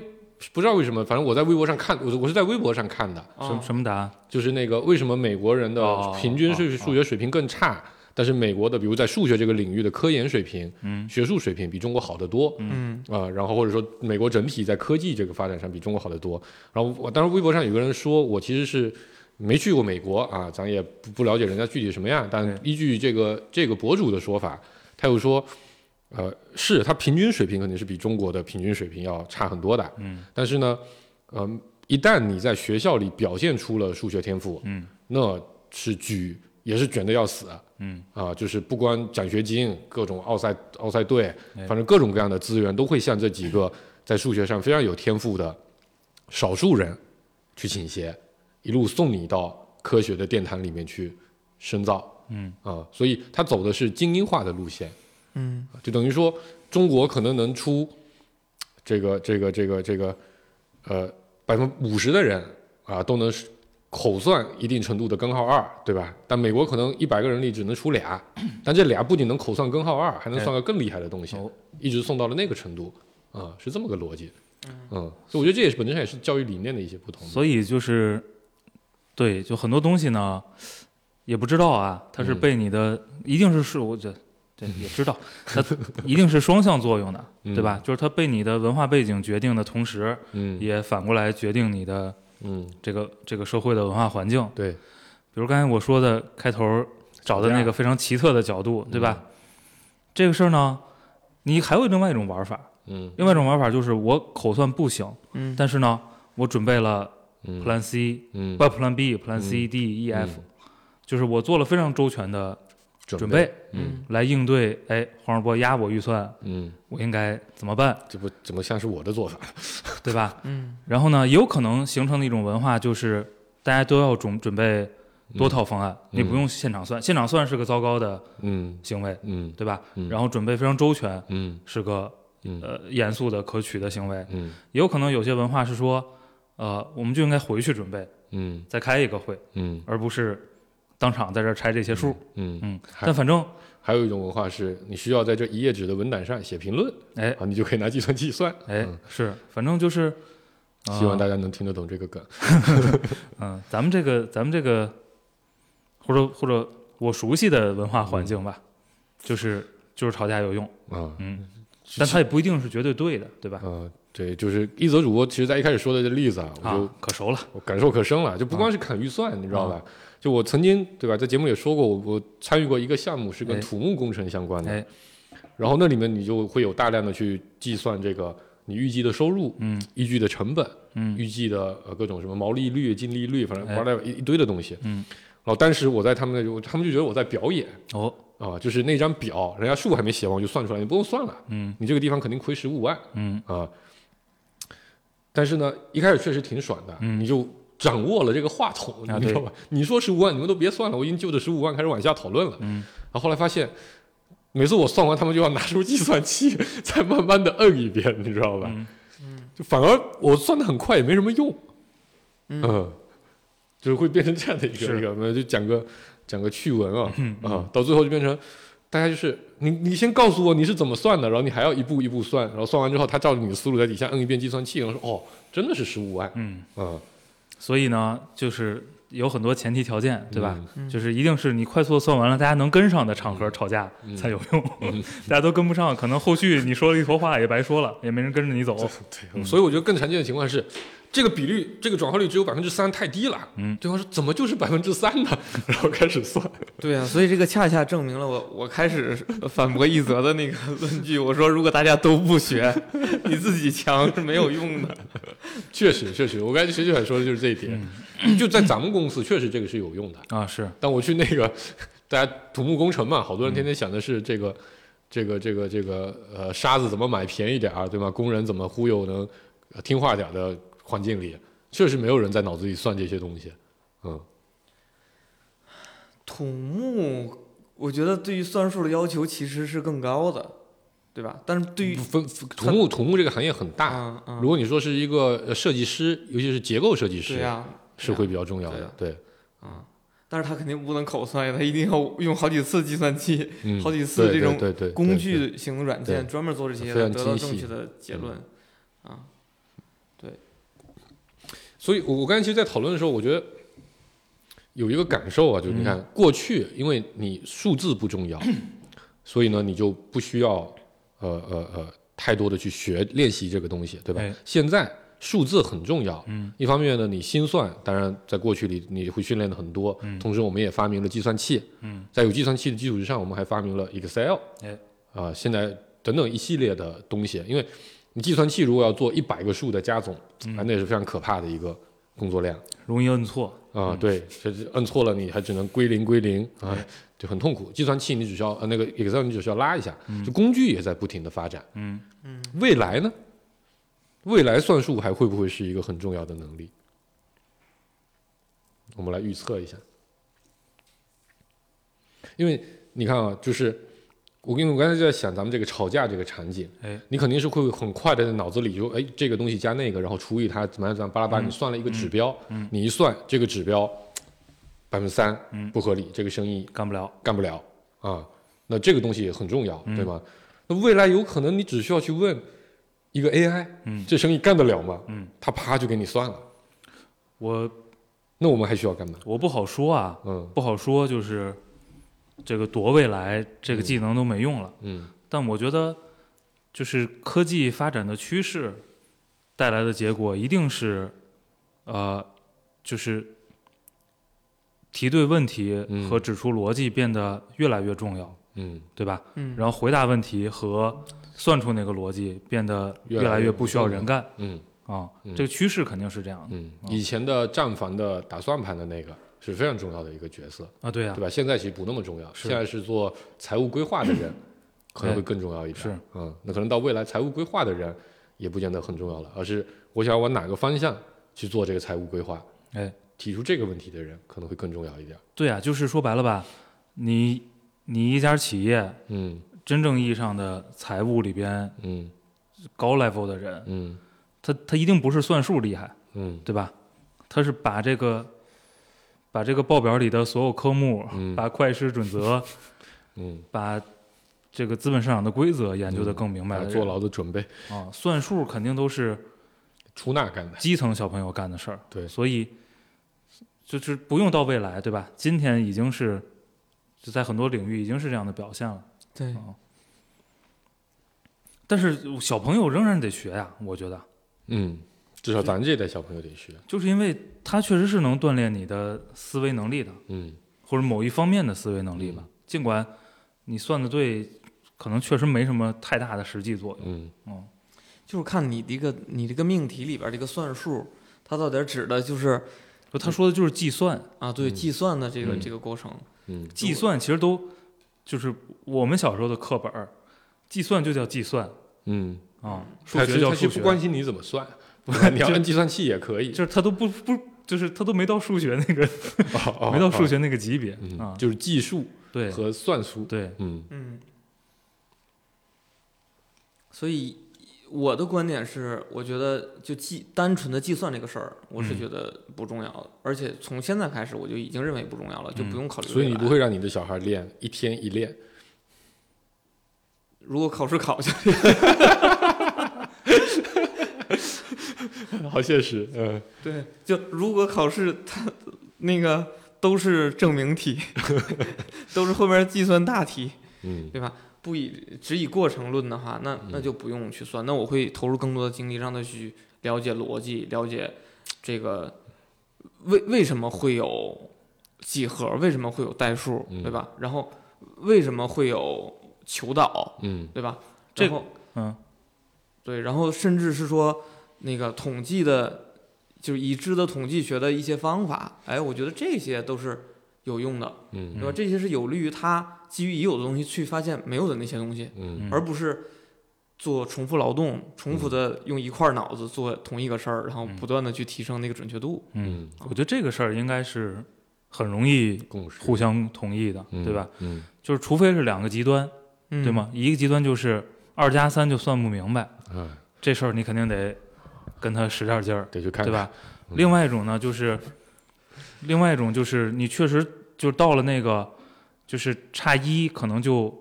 不知道为什么，反正我在微博上看，我我是在微博上看的，
什么
哦
什么答案？
就是那个为什么美国人的
哦
平均
哦
是
哦
数学水平更差，但是美国的比如在数学这个领域的科研水平、
嗯
学术水平比中国好得多，
嗯
啊、然后或者说美国整体在科技这个发展上比中国好得多。然后我当时微博上有个人说我其实是没去过美国啊，咱也不不了解人家具体什么样，但依据这个这个博主的说法，他又说，呃，是他平均水平肯定是比中国的平均水平要差很多的，
嗯
但是呢，呃，一旦你在学校里表现出了数学天赋，
嗯
那是举也是卷的要死。
嗯，
啊，就是不光奖学金、各种奥赛奥赛队
哎，
反正各种各样的资源都会向这几个在数学上非常有天赋的少数人去倾斜，一路送你到科学的殿堂里面去深造。
嗯
啊，所以他走的是精英化的路线，
嗯，
就等于说中国可能能出这个这个这个这个呃百分五十的人啊都能是口算一定程度的根号二，对吧？但美国可能一百个人里只能出俩，但这俩不仅能口算根号二，还能算个更厉害的东西，
哎哦
一直送到了那个程度啊，是这么个逻辑。嗯，所以我觉得这也是本质上也是教育理念的一些不同。
所以就是，对，就很多东西呢，也不知道啊，它是
嗯
被你的，一定是是我这这也知道，它一定是双向作用的，
嗯
对吧？就是它被你的文化背景决定的同时，
嗯
也反过来决定你的
嗯，
这个这个社会的文化环境。
对，
比如刚才我说的开头找的那个非常奇特的角
嗯
度，对吧？这个事儿呢，你还有另外一种玩法，
嗯
另外一种玩法就是我口算不行，
嗯，
但是呢，我准备了
嗯
Plan C。
嗯
不 Plan B、Plan C、D、E、F，就是我做了非常周全的准备，
嗯
嗯
来应对，哎，黄世波压我预算，
嗯，
我应该怎么办？
这不怎么像是我的做法？
对吧？
嗯
然后呢，有可能形成的一种文化就是大家都要准准备多套方案，
嗯
你不用现场算，现场算是个糟糕的
嗯
行为，
嗯
对吧？
嗯
然后准备非常周全，
嗯
是个
嗯
呃严肃的可取的行为。
嗯
也有可能有些文化是说，呃，我们就应该回去准备，
嗯
再开一个会，
嗯
而不是当场在这儿拆这些数。
嗯，
嗯，
还
但反正
还有一种文化是，你需要在这一页纸的文档上写评论
哎
啊，你就可以拿计算器算。
哎
嗯
是，反正就是，呃
希望大家能听得懂这个梗。
嗯，咱们这个咱们这个，或者或者我熟悉的文化环境吧，就是就是吵架有用，
啊，
嗯，但它也不一定是绝对对的，对吧？
呃，对，就是一则主播，其实在一开始说的这例子啊，我就
啊，可熟了，
我感受可深了，就
啊
不光是砍预算，你知道吧？就我曾经对吧，在节目里也说过，我我参与过一个项目是跟
哎
土木工程相关的，
哎
然后那里面你就会有大量的去计算这个你预计的收入、
嗯
预计的成本、
嗯
预计的呃各种什么毛利率、净利率，反正
哎
玩了一一堆的东西。
嗯，
然后当时我在他们那就，他们就觉得我在表演
哦
啊，就是那张表，人家数还没写完我就算出来，你不用算了，
嗯
你这个地方肯定亏十五万。
嗯
啊。但是呢，一开始确实挺爽的，
嗯
你就掌握了这个话筒，
啊
你知道吧？你说十五万，你们都别算了，我已经就着十五万开始往下讨论了。
嗯
然后后来发现，每次我算完，他们就要拿出计算器 再慢慢的摁一遍，你知道吧？
嗯
就反而我算的很快也没什么用，
嗯
就是会变成这样的一个
是
一个，那就讲个讲个趣 闻啊、
嗯
啊，到最后就变成。大家就是你，你先告诉我你是怎么算的，然后你还要一步一步算，然后算完之后，他照着你的思路在底下嗯摁一遍计算器，然后说哦，真的是十五万，
嗯，
嗯，
所以呢，就是有很多前提条件，对吧？
嗯？
嗯
就是一定是你快速地算完了，大家能跟上的场合吵架
嗯
才有用， 大家都跟不上，可能后续你说了一坨话也白说了，也没人跟着你 走。
对，所以我觉得更常见的情况是，这个比率，这个转化率只有百分之三，太低了。
嗯
对方说怎么就是百分之三呢？ 然后开始算，
对啊，所以这个恰恰证明了我我开始反驳一泽的那个论据。我说，如果大家都不 学，你自己强是没有用的。
确实确实，我刚才学姐想说的就是这一点，就在咱们公司确实这个是有用的。
啊，是，
但我去那 个，大家土木工程嘛，好多人天
嗯
天想的是这个，这个，这个，这个，呃，沙子怎么买便宜点儿，对吗？工人怎么忽悠能呃听话点儿的环境里，确实没有人在脑子里算这些东西。嗯
土木，我觉得对于算术的要求其实是更高的，对吧？但是对于
分土木土木这个行业很大，
啊啊
如，果你说是一个呃设计师，尤其是结构设计
对啊
师，
呀，
是会比较重要
对
的
啊。
对，
啊，但是他肯定不能口算呀，他一定要用好几次计算器、
嗯，
好几次这种
对对对对
工具型软
对
件专门做这些，
非
来
常
得到
精
正
细
确的结论啊。
所以我，我刚才其实，在讨论的时候，我觉得有一个感受啊，就是你
嗯
看、过去，因为你数字不 重要，所以呢，你就不需要呃呃呃太多的去学练习这个东西，对吧？
哎
现在数字很重要，
嗯，
一方面呢，你心算，当然在过去里你会训练的很多，
嗯
同时我们也发明了计算器，
嗯，
在有计算器的基础之上，我们还发明了 Excel，
哎
啊、现在等等一系列的东西，因为你计算器如果要做一百个数的加总，啊，那也是非常可怕的一个工作量
容易摁错，
啊、对，这这摁错了你还只能归零归零
嗯
啊，就很痛苦。计算器你只需要呃那个 Excel 你只需要拉一下，就工具也在不停的发展。
嗯
未来呢？未来算术还会不会是一个很重要的能力？我们来预测一下，因为你看啊，就是我跟我刚才就在想咱们这个吵架这个场景，
哎，
你肯定是会很快的在脑子里就哎这个东西加那个，然后除以它怎么样怎么样巴拉巴拉，你算了一个指标，
嗯
你一算这个指标百分之三
嗯
不合理，这个生意
干不了，
干不了啊。那这个东西也很重要，
嗯
对吗？那未来有可能你只需要去问一个 AI，
嗯
这生意干得了吗？
嗯，
它啪就给你算了。
我
那我们还需要干嘛？
我不好说啊，
嗯
不好说，就是这个夺未来这个技能都没用了。
嗯
但我觉得，就是科技发展的趋势带来的结果，一定是，呃，就是题对问题
嗯
和指出逻辑变得越来越重要，
嗯，
对吧？
嗯，
然后回答问题和算出那个逻辑变得
越
越
来
来
越
越不需要人干
嗯
啊、
嗯
这个趋势肯定是这样的
嗯，以前的战防的打算盘的那个是非常重要的一个角色，
啊，对呀、
对吧？现在其实不那么重要，
是
现在是做 财务规划的人可能会
哎
更重要一点。
是，
嗯，那可能到未来财务规划的人也不见得很重要了，而是我想往哪个方向去做这个财务规划。
哎，
提出这个问题的人可能会更重要一点。
对啊，就是说白了吧，你你一家企业
嗯
真正意义上的财务里边
嗯
高 level 的人，
嗯
他他一定不是算术厉害，
嗯
对吧？他是把这个把这个报表里的所有科目，
嗯
把会计师准则，
嗯，
把这个资本市场的规则研究的更明白
把
了。
坐哎牢的准备，
啊，算术肯定都是
出纳干的。
基层小朋友干的事儿，
对
所以就是不用到未来，对吧？今天已经是就在很多领域已经是这样的表现了。
对，
但是小朋友仍然得学呀，我觉得，
嗯，至少咱这代小朋友得学。
就是因为它确实是能锻炼你的思维能力的，
嗯
或者某一方面的思维能力吧。尽管你算的对，可能确实没什么太大的实际作用。
嗯
嗯，
就是看你这个你这个命题里边这个算术，它到底指的就是
就他说的就是计算，
啊，对，
嗯
计算的这个、
嗯
这个过程。
嗯
计算其实都就是我们小时候的课本儿，计算就叫计算
嗯，
啊，数
他其
学
实
叫
他
数
就
学
不，关心你怎么 算，你要按计算器也可以。
就是他都不不就是他都没到数学那个没到数
学
学那个级别啊
嗯，，就是计数
对
和算术。
对，
嗯
嗯，所以我的观点是，我觉得就计单纯的计算这个事儿，我是
嗯
觉得不重要的，而且从现在开始我就已经认为不重要了，就
嗯
不用考虑、
所以你不，会让你的小孩练一天一练，
如果考试考下来，
好现实。嗯，
对，就如果考试它那个都是证明 题，都是后面计算大题，
嗯
不以只以过程论的话，那那
嗯
就不用去算，那我会投入更多的精力让他去了解逻辑，了解这个为为什么会有几何，为什么会有代数，
嗯
对吧？然后为什么会有求导，
嗯
对吧？
这
然后
嗯，
对，然后甚至是说那个统计的，就是已知的统计学的一些方法，哎，我觉得这些都是有用的，
嗯
对吧？这些是有利于他基于已有的东西去发现没有的那些东西。
嗯
嗯
而不是做重复劳动，重复的用一块脑子做同一个事儿，然后
嗯
不断的去提升那个准确度。
嗯，
我觉得这个事儿应该是很容易
共识，
互相同意的，
嗯
对吧？？
嗯，
就是除非是两个极端，
嗯，
对？吗？一个极端就是二加三就算不明白，
啊，
这事儿你肯定得跟他使点劲儿，
得去看，
对？吧？
嗯
另外一种呢，就是另外一种就是你确实就到了那个，就是差一可能就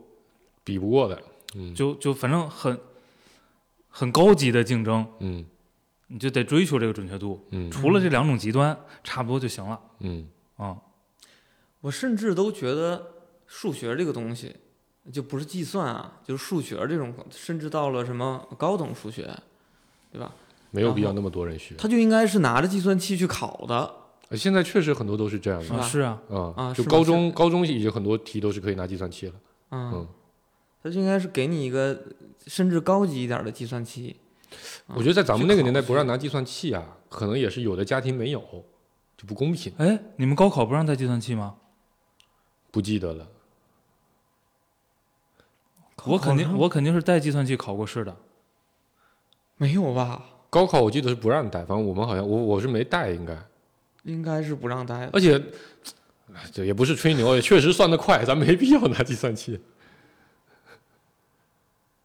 比不过的，嗯
就就反正很很高级的竞争，
嗯
你就得追求这个准确度。
嗯
除了这两种极端，差不多就行了
嗯
啊、
我甚至都觉得数学这个东西，就不是计算啊，就是数学这种，甚至到了什么高等数学，对吧？
没有必要那么多人学。
它就应该是拿着计算器去考的。啊
呃现在确实很多都是这样
是
的
吧
啊是啊，
啊
啊
就是
吗
高中高中已经很多题都是可以拿计算器了。
嗯，
嗯
它就应该是给你一个甚至高级一点的计算器。啊
我觉得在咱们那个年代
去考
不让拿计算器啊，可能也是有的家庭没有，就不公平。
哎，你们高考不让带计算器吗？
不记得了，
我肯定
考上
我肯定是带计算器考过试的。
没有吧？
高考我记得是不让带，反正我们好像我我是没带，应该。
应该是不让带的。
而且，哎这也不是吹牛，也确实算得快，咱没必要拿计 算器。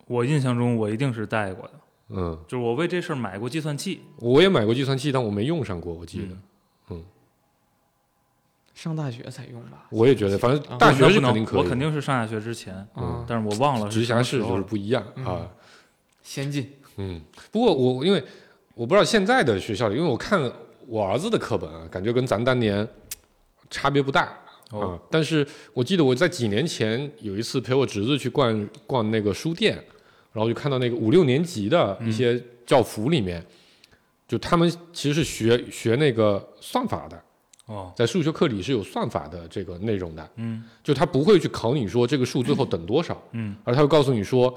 我印象中我一定是带过的，
嗯，
就是我为这事儿买过计算器。
我也买过计算器，但我没用上过，我记得。
嗯
上大学才用吧？
我也觉得，反正
啊
大学
我
是
能不能
肯定可以的，嗯
我肯定是上大学之前，
啊，
但是我忘了
直辖市就是
是嗯
不一样啊。
先进。
嗯，不过我因为我不知道现在的学校里，因为我看我儿子的课本啊，感觉跟咱当年差别不大啊、
哦
但是我记得我在几年前有一次陪我侄子去逛逛那个书店，然后就看到那个五六年级的一些教辅里面，就他们其实是学学那个算法的，
哦，
在数学课里是有算法的这个内容的。
嗯
就他不会去考你说这个数最后等多少，
嗯，
而他会告诉你说，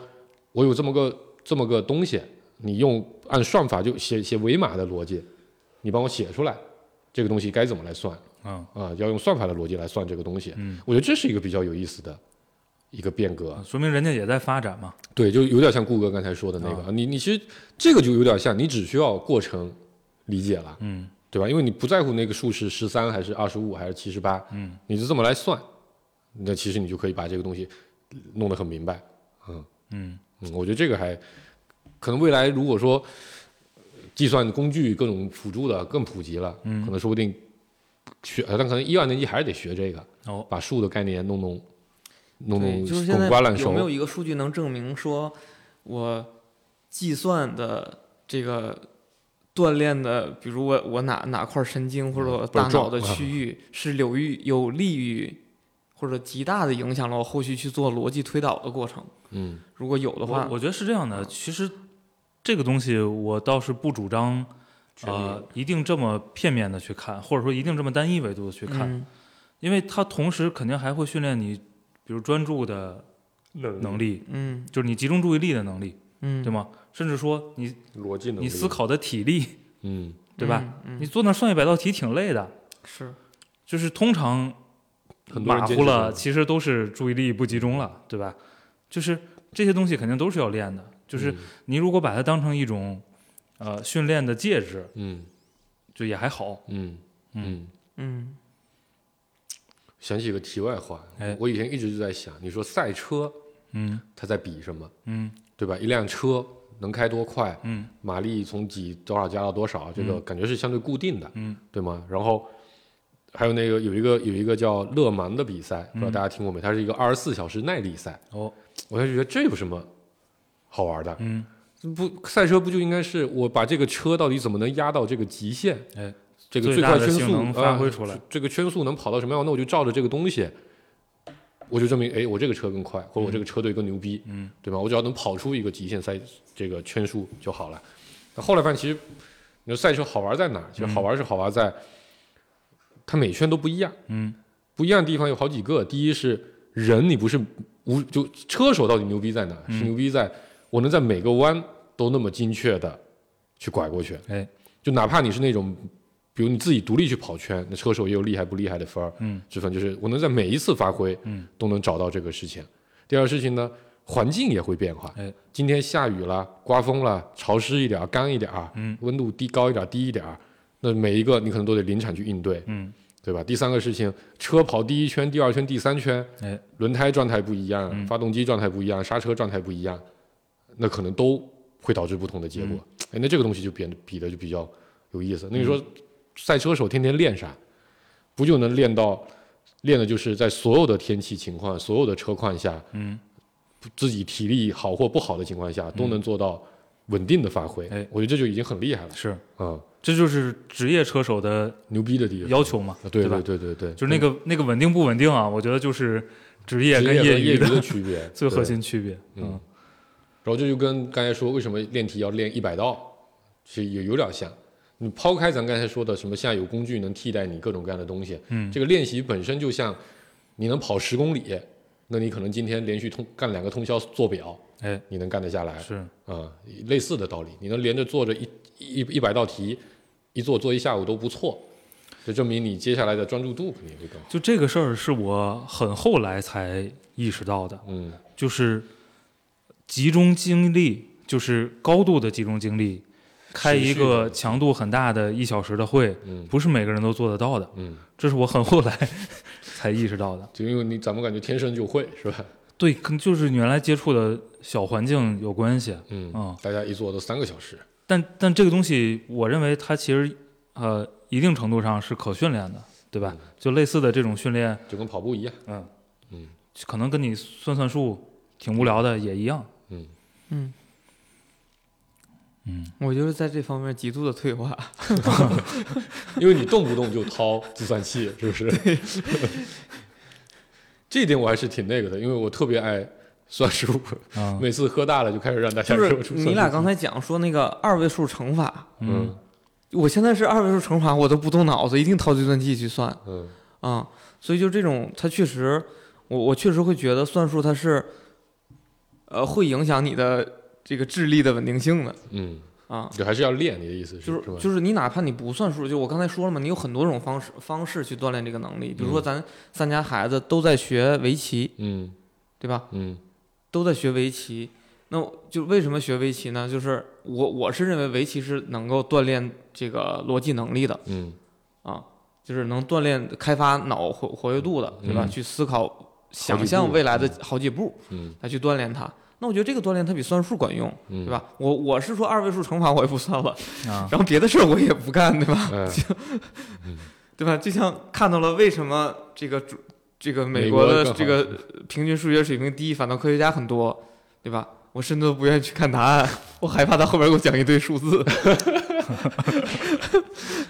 我有这么个这么个东西，你用按算法就写写伪码的逻辑，你帮我写出来这个东西该怎么来算
嗯
啊、要用算法的逻辑来算这个东西。
嗯，
我觉得这是一个比较有意思的一个变革。
说明人家也在发展嘛。
对，就有点像顾哥刚才说的那
啊
个，你你其实这个就有点像，你只需要过程理解了，
嗯，
对吧？因为你不在乎那个数是十三还是二十五还是七十八，
嗯，
你就这么来算，那其实你就可以把这个东西弄得很明白。
嗯，
嗯，我觉得这个还可能未来如果说计算工具各种辅助的更普及了，
嗯
可能说不定学，但可能一二年级还是得学这个，
哦，
把数的概念弄弄弄
对，
弄
就是现
滚
在
瓜烂熟。
有没有一个数据能证明说，我计算的这个锻炼的，比如我我哪哪块神经
嗯
或者我
倍
大
儿
脑
壮
的
啊
区 域是有于有利于或者极大的影响了我后续去做逻辑推导的过程？
嗯
如果有的话
我，我觉得是这样的。
嗯
其实这个东西我倒是不主张，呃，一定这么片面的去看，或者说一定这么单一维度的去看，
嗯
因为它同时肯定还会训练你，比如专注的能力，
嗯
就是你集中注意力的能力，
嗯，
对吗？甚至说你
逻辑能力，
你思，考的体力，
嗯
对吧？
嗯？
你
嗯，
坐那儿算一百道题挺累的，
是
就是通常
很多人
马
坚
虎
持
了，
不了
其实都是注意力不集中了，对吧？就是这些东西肯定都是要练的，就是
嗯
你如果把它当成一种呃训练的介质，
嗯
就也还好。
嗯嗯。
嗯
想起一个题外话
哎，
我以前一直就在想，你说赛车
嗯
它在比什么，
嗯
对吧？一辆车能开多快，
嗯
马力从几多少加到多少，这个感觉是相对固定的，
嗯，
对吗？然后还有那个有一个有一个叫勒芒的比赛，不知道大家听过没？它是一个二十四小时耐力赛。
嗯哦，
我当时觉得这有什么好玩的？
嗯
不，赛车不就应该是我把这个车到底怎么能压到这个极限？
哎，
这个
最
最
大
快
的
圈
性
速
能发
啊
挥出来
这个圈速能跑到什么样？那我就照着这个东西，我就证明，哎，我这个车更快，或者我这个车队更牛逼，
嗯，
对吧？我只要能跑出一个极限赛这个圈数就好了。那后来发现，其实你说赛车好玩在
嗯
哪儿？其实好玩是好玩在，它每圈都不一样，
嗯
不一样的地方有好几个。第一是人，你不是无就车手到底牛逼在哪？
嗯
是牛逼在我能在每个弯都那么精确的去拐过去。
哎，
就哪怕你是那种，比如你自己独立去跑圈，那车手也有厉害不厉害的分儿
嗯
之分，就是我能在每一次发挥，
嗯，
都能找到这个事情。第二事情呢，环境也会变化。
哎，
今天下雨了，刮风了，潮湿一点儿，干一点儿，
嗯
温度低高一点儿，低一点儿，那每一个你可能都得临场去应对。
嗯
对吧？第三个事情，车跑第一圈、第二圈、第三圈，
哎
轮胎状态不一样，
嗯
发动机状态不一样，刹车状态不一样，那可能都会导致不同的结果。
嗯
哎，那这个东西就变比的就比较有意思。那你说，赛车手天天练啥？不就能练到练的就是在所有的天气情况、所有的车况下，
嗯，
自己体力好或不好的情况下，都能做到稳定的发挥。
哎
我觉得这就已经很厉害了。
是，
嗯，
这就是职业车手的
牛逼的地方。
要求嘛，
对
吧
对？对对对，
就是那个那个稳定不稳定啊，我觉得就是职业
职
跟
业和
业余
余
的
的区别
最核
对
心区别。
嗯然后这就跟刚才说为什么练题要练一百道，其实也有点像。你抛开咱刚才说的什么现在有工具能替代你各种各样的东西，
嗯
这个练习本身就像你能跑十公里，那你可能今天连续通干两个通宵做表，
哎，
你能干得下来
嗯，
啊、
是，
类似的道理，你能连着做着一一一百道题，一做做一下午都不错，就证明你接下来的专注度肯定会更好。
就这个事儿是我很后来才意识到的，
嗯
就是集中精力，就是高度的集中精力，开一个强度很大的一小时的会，
嗯
不是每个人都做得到的。
嗯，
这是我很后来 才意识到的。
就因为你咱们感觉天生就会是吧？
对，可能就是你原来接触的小环境有关系。
嗯，
哦
嗯
大家一做都三个小时。
但但这个东西，我认为它其实呃一定程度上是可训练的，对吧？就类似的这种训练，
就跟跑步一样。
嗯
嗯
可能跟你算算数挺无聊的也一样。
嗯，
嗯，
嗯，
我就是在这方面极度的退化。
因为你动不动就掏计算器，是不是？ 这一点我还是挺那个的，因为我特别爱算数，
啊、
每次喝大了就开始让大家
哦就
给我
是
出
你俩
算术。
刚才讲说那个二位数乘法，
嗯
我现在是二位数乘法，我都不动脑子，一定掏计算器去算
嗯
啊、所以就这种，它确实，我我确实会觉得算术它是，呃，会影响你的这个智力的稳定性的
嗯，
啊。
就还是要练，你的意思是
就是
吧？
就是你哪怕你不算数，就我刚才说了嘛，你有很多种方
嗯
式方式去锻炼这个能力。比如说咱三家孩子都在学围棋，
嗯
对吧？
嗯
都在学围棋，那我就为什么学围棋呢？就是我我是认为围棋是能够锻炼这个逻辑能力的
嗯
啊，就是能锻炼开发脑活活跃度的，对吧？
嗯
去思考、想象未来的好几步，
嗯
来去锻炼它。那我觉得这个锻炼它比算术管用，
嗯，
对？吧？我我是说二位数乘法我也不算了，
啊，
然后别的事儿我也不干，对吧？
哎，
对吧？就像看到了为什么这个主这个 美
美
国
国
的
更
这
好
个平均数学水平低，反倒科学家很多，对吧？我甚至都不愿意去看答案，我害怕他后边给我讲一堆数字。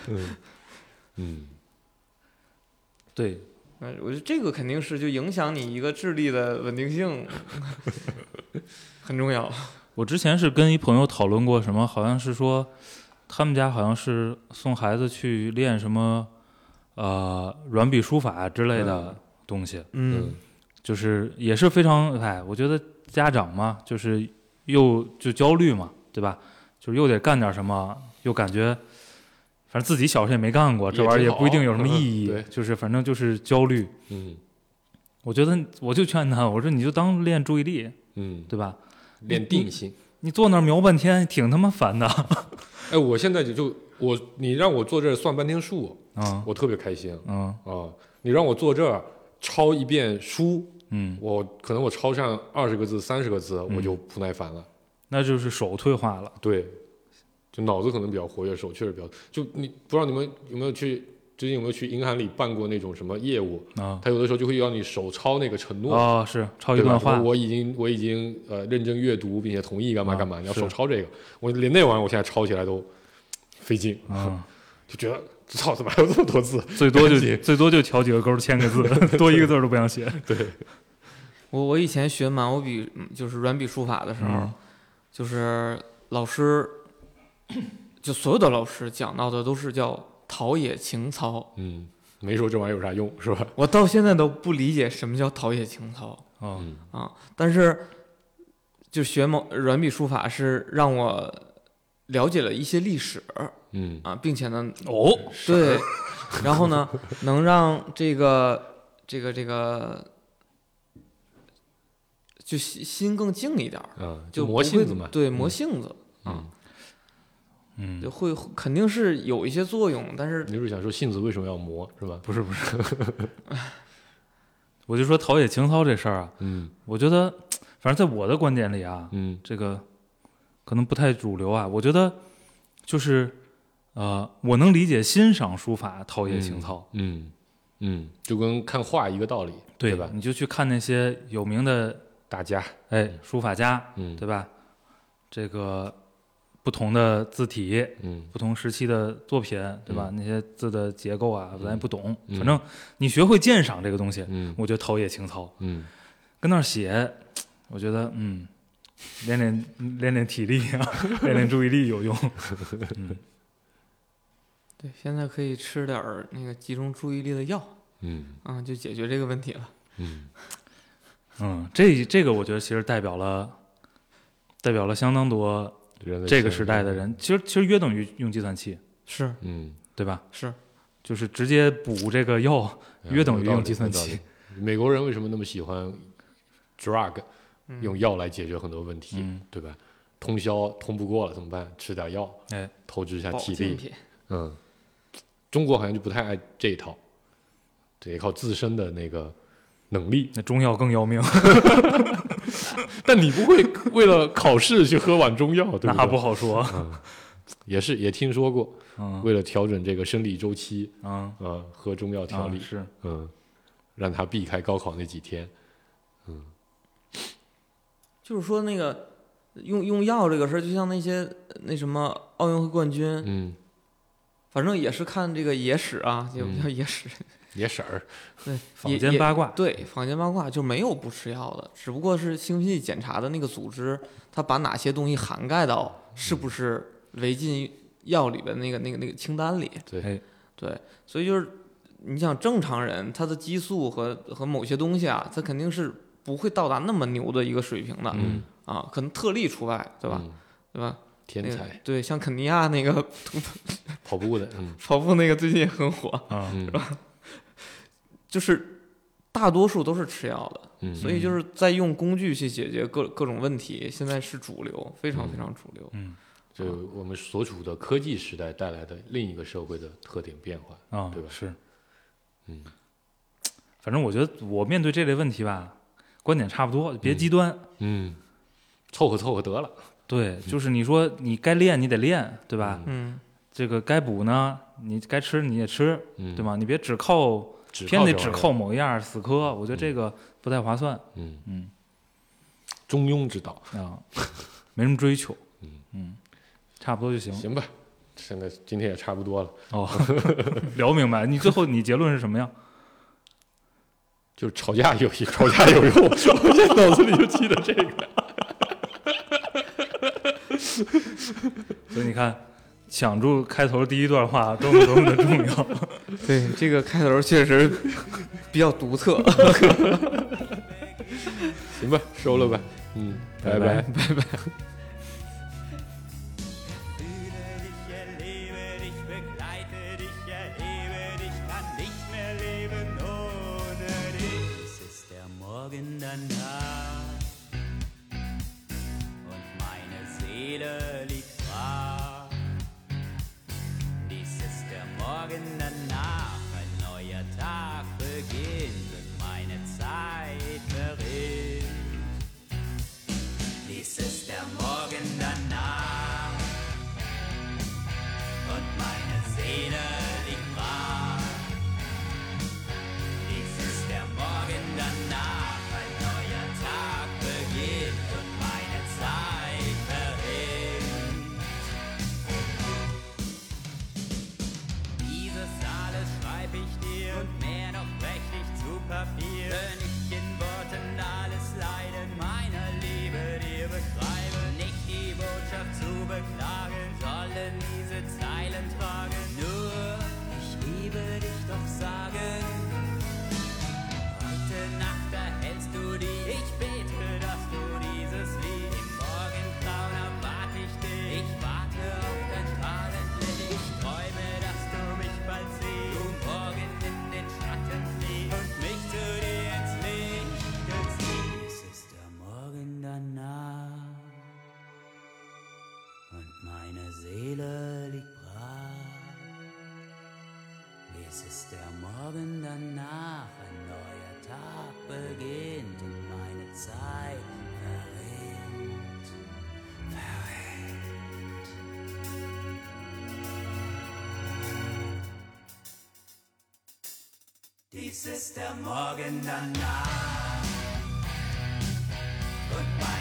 嗯
对，
嗯，我觉得这个肯定是就影响你一个智力的稳定性， 很重要。
我之前是跟一朋友讨论过什么，好像是说他们家好像是送孩子去练什么呃软笔书法之类的
嗯
东西，
嗯，
就是也是非常哎，我觉得家长嘛，就是又就焦虑嘛，对吧？就是又得干点什么，又感觉反正自己小时候也没干过，
也
这玩意儿
挺
也不一定
好
有什么 意义，
对
就是反正就是焦虑。
嗯
我觉得我就劝他，我说你就当练注意力，
嗯，
对吧？
练定性。
你坐那儿瞄半天，挺他妈烦的 啊
哎，我现在就就我你让我坐这儿算半天数，
嗯
我特别开心
嗯
啊！你让我坐这儿抄一遍书，
嗯，
我可能我抄上二十个字、三十个字，我就不耐烦了。
那就是手退化了。
对，就脑子可能比较活跃，手确实比较。就你不知道你们有没有去最近有没有去银行里办过那种什么业务？
啊
他有的时候就会要你手抄那个承诺，
哦，是抄一
对吧？
段
什么
话，
我已经我已经呃认真阅读并且同意干嘛
啊
干嘛，你要
是
手抄这个。我连那玩意儿我现在抄起来都费劲，
嗯，
就觉得操怎么还有这么多字？
最多 就
赶紧
最多就调几个勾，签个字， 多一个字儿都不想 写。
我我以前学满我笔嗯就是软笔书法的时候，
嗯
就是老师，就所有的老师讲到的都是叫陶冶情操。
嗯，没说这玩意儿有啥用是吧？
我到现在都不理解什么叫陶冶情操
哦，
嗯
啊！但是，就学某软笔书法是让我了解了一些历史
嗯
啊，并且呢，
哦，
对， 然后呢，能让这个这个这个就心心更静一点儿，
啊，
就
磨
不
性
会
子嘛。
对，磨
嗯
性子
嗯，
嗯
就，会肯定是有一些作用，但是
你是想说性子为什么要磨是吧？
不是不是，我就说陶冶情操这事儿啊，
嗯
我觉得，反正在我的观点里啊，
嗯
这个可能不太主流啊。我觉得就是，呃，我能理解欣赏书法陶冶情操，
嗯嗯，就跟看画一个道理，对吧？
你就去看那些有名的
大家，
哎书法家，
嗯
对吧？这个不同的字体，
嗯
不同时期的作品，对吧？那些字的结构啊，咱也不懂，
嗯
反正你学会鉴赏这个东西，
嗯
我觉得陶冶情操。
嗯，
跟那儿写，我觉得嗯，练练练练体力啊，练练注意力有用。
对现在可以吃点儿那个集中注意力的药
嗯
啊，就解决这个问题了。
嗯
嗯，这这个我觉得其实代表了，代表了相当多
人类
这个
性
时代的人，其实其实约等于用计算器，
是
嗯，
对吧？
是，
就是直接补这个药，
哎
约等于
有道
用
理
计算
有道
器
理。美国人为什么那么喜欢 drug，用药来解决很多问题，
嗯
对吧？通宵通不过了怎么办？吃点药，
哎，
透支一下
保
体
健
力。
品。
嗯，中国好像就不太爱这一套，得靠自身的那个能力。
那中药更要命，
但你不会为了考试去喝碗中药，对
那
对？
不好说。
也是也听说过，
嗯
为了调整这个生理周期，
嗯，
啊、喝中药调
啊
理，
是
嗯，让他避开高考那几天。
就是说那个用用药这个事儿，就像那些那什么奥运会冠军，
嗯，
反正也是看这个野史啊，也不
嗯
叫野史，
野婶儿，
对，
坊
也
间
也
八卦。
对坊间八卦就没有不吃药的，只不过是兴奋剂检查的那个组织，它把哪些东西涵盖到是不是违禁药里边那个那个那个清单里。
对
哎
对，所以就是你想正常人他的激素和和某些东西啊，他肯定是不会到达那么牛的一个水平的、
嗯，
啊，可能特例除外，对吧？
嗯
对吧？
天
那个
才，
对，像肯尼亚那个
跑步的，嗯
跑步那个最近也很火，
嗯
嗯
就是大大多数都是吃药的，
嗯，
所以就是在用工具去解决各各种问题，现在是主流，非常
嗯
非常主流。
嗯
这我们所处的科技时代带来的另一个社会的特点变化，
啊，
对吧
是，
嗯，
反正我觉得我面对这类问题吧，观点差不多，别
嗯
极端。
嗯，凑合凑合得了，嗯
对，就是你说你该练你得练，对吧？
嗯，
这个该补呢，你该吃你也吃，
嗯，
对？吗？你别只靠
只
偏得
这
只
玩意儿
靠，某一样死磕，我觉得这个不太划算。
嗯，
嗯
中庸之道，
啊， 没什么追求。
嗯
嗯，差不多就行。
行吧，现在今天也差不多了，
哦， 聊明白。你最后你结论是什么呀？
就是吵架有吵架有用， 我现在脑子里就记得这个，
所以你看，抢住开头第一段话多么多么的重要。
嗯 对，这个开头确实比较独特。
行吧，收了吧，嗯，拜
拜
拜
拜。
Fühle dich, erlebe dich, begleite dich, erhebe dich, kann nicht mehr leben ohne dich. Es ist der Morgen dann da und meine Seele liegt brach. Dies ist der Morgen danach, ein neuer Tag beginnt und meine Zeit verrinnt. Dies ist der Morgen danach und meine Seele liegt brach. Dies ist der Morgen danach, ein neuer Tag beginnt und meine Zeit verrinnt. Dieses alles schreib ich dir und mehr noch brech ich zu Papier. Wenn ich in Worten alles Leiden meiner Liebe dir beschreibe, nicht die Botschaft zu beklagen, sollen diese Zeilen tragen. Nur, ich liebe dich doch sagen. Heute Nacht erhältst du die, ich bete, dass du dieses Lied im Morgengrauen erwarte ich dich. Ich warte auf dein Strahlenlicht. Ich träume, dass du mich bald siehst. Du morgen in den Schatten fliehst und mich zu dir ins Licht ziehst. Es ist der Morgen danach und meine Seele liegt brach. Es ist der Morgen danach, ein neuer Tag beginnt und meine Zeit verrinnt. Verrinnt. Dies ist der Morgen danach und meine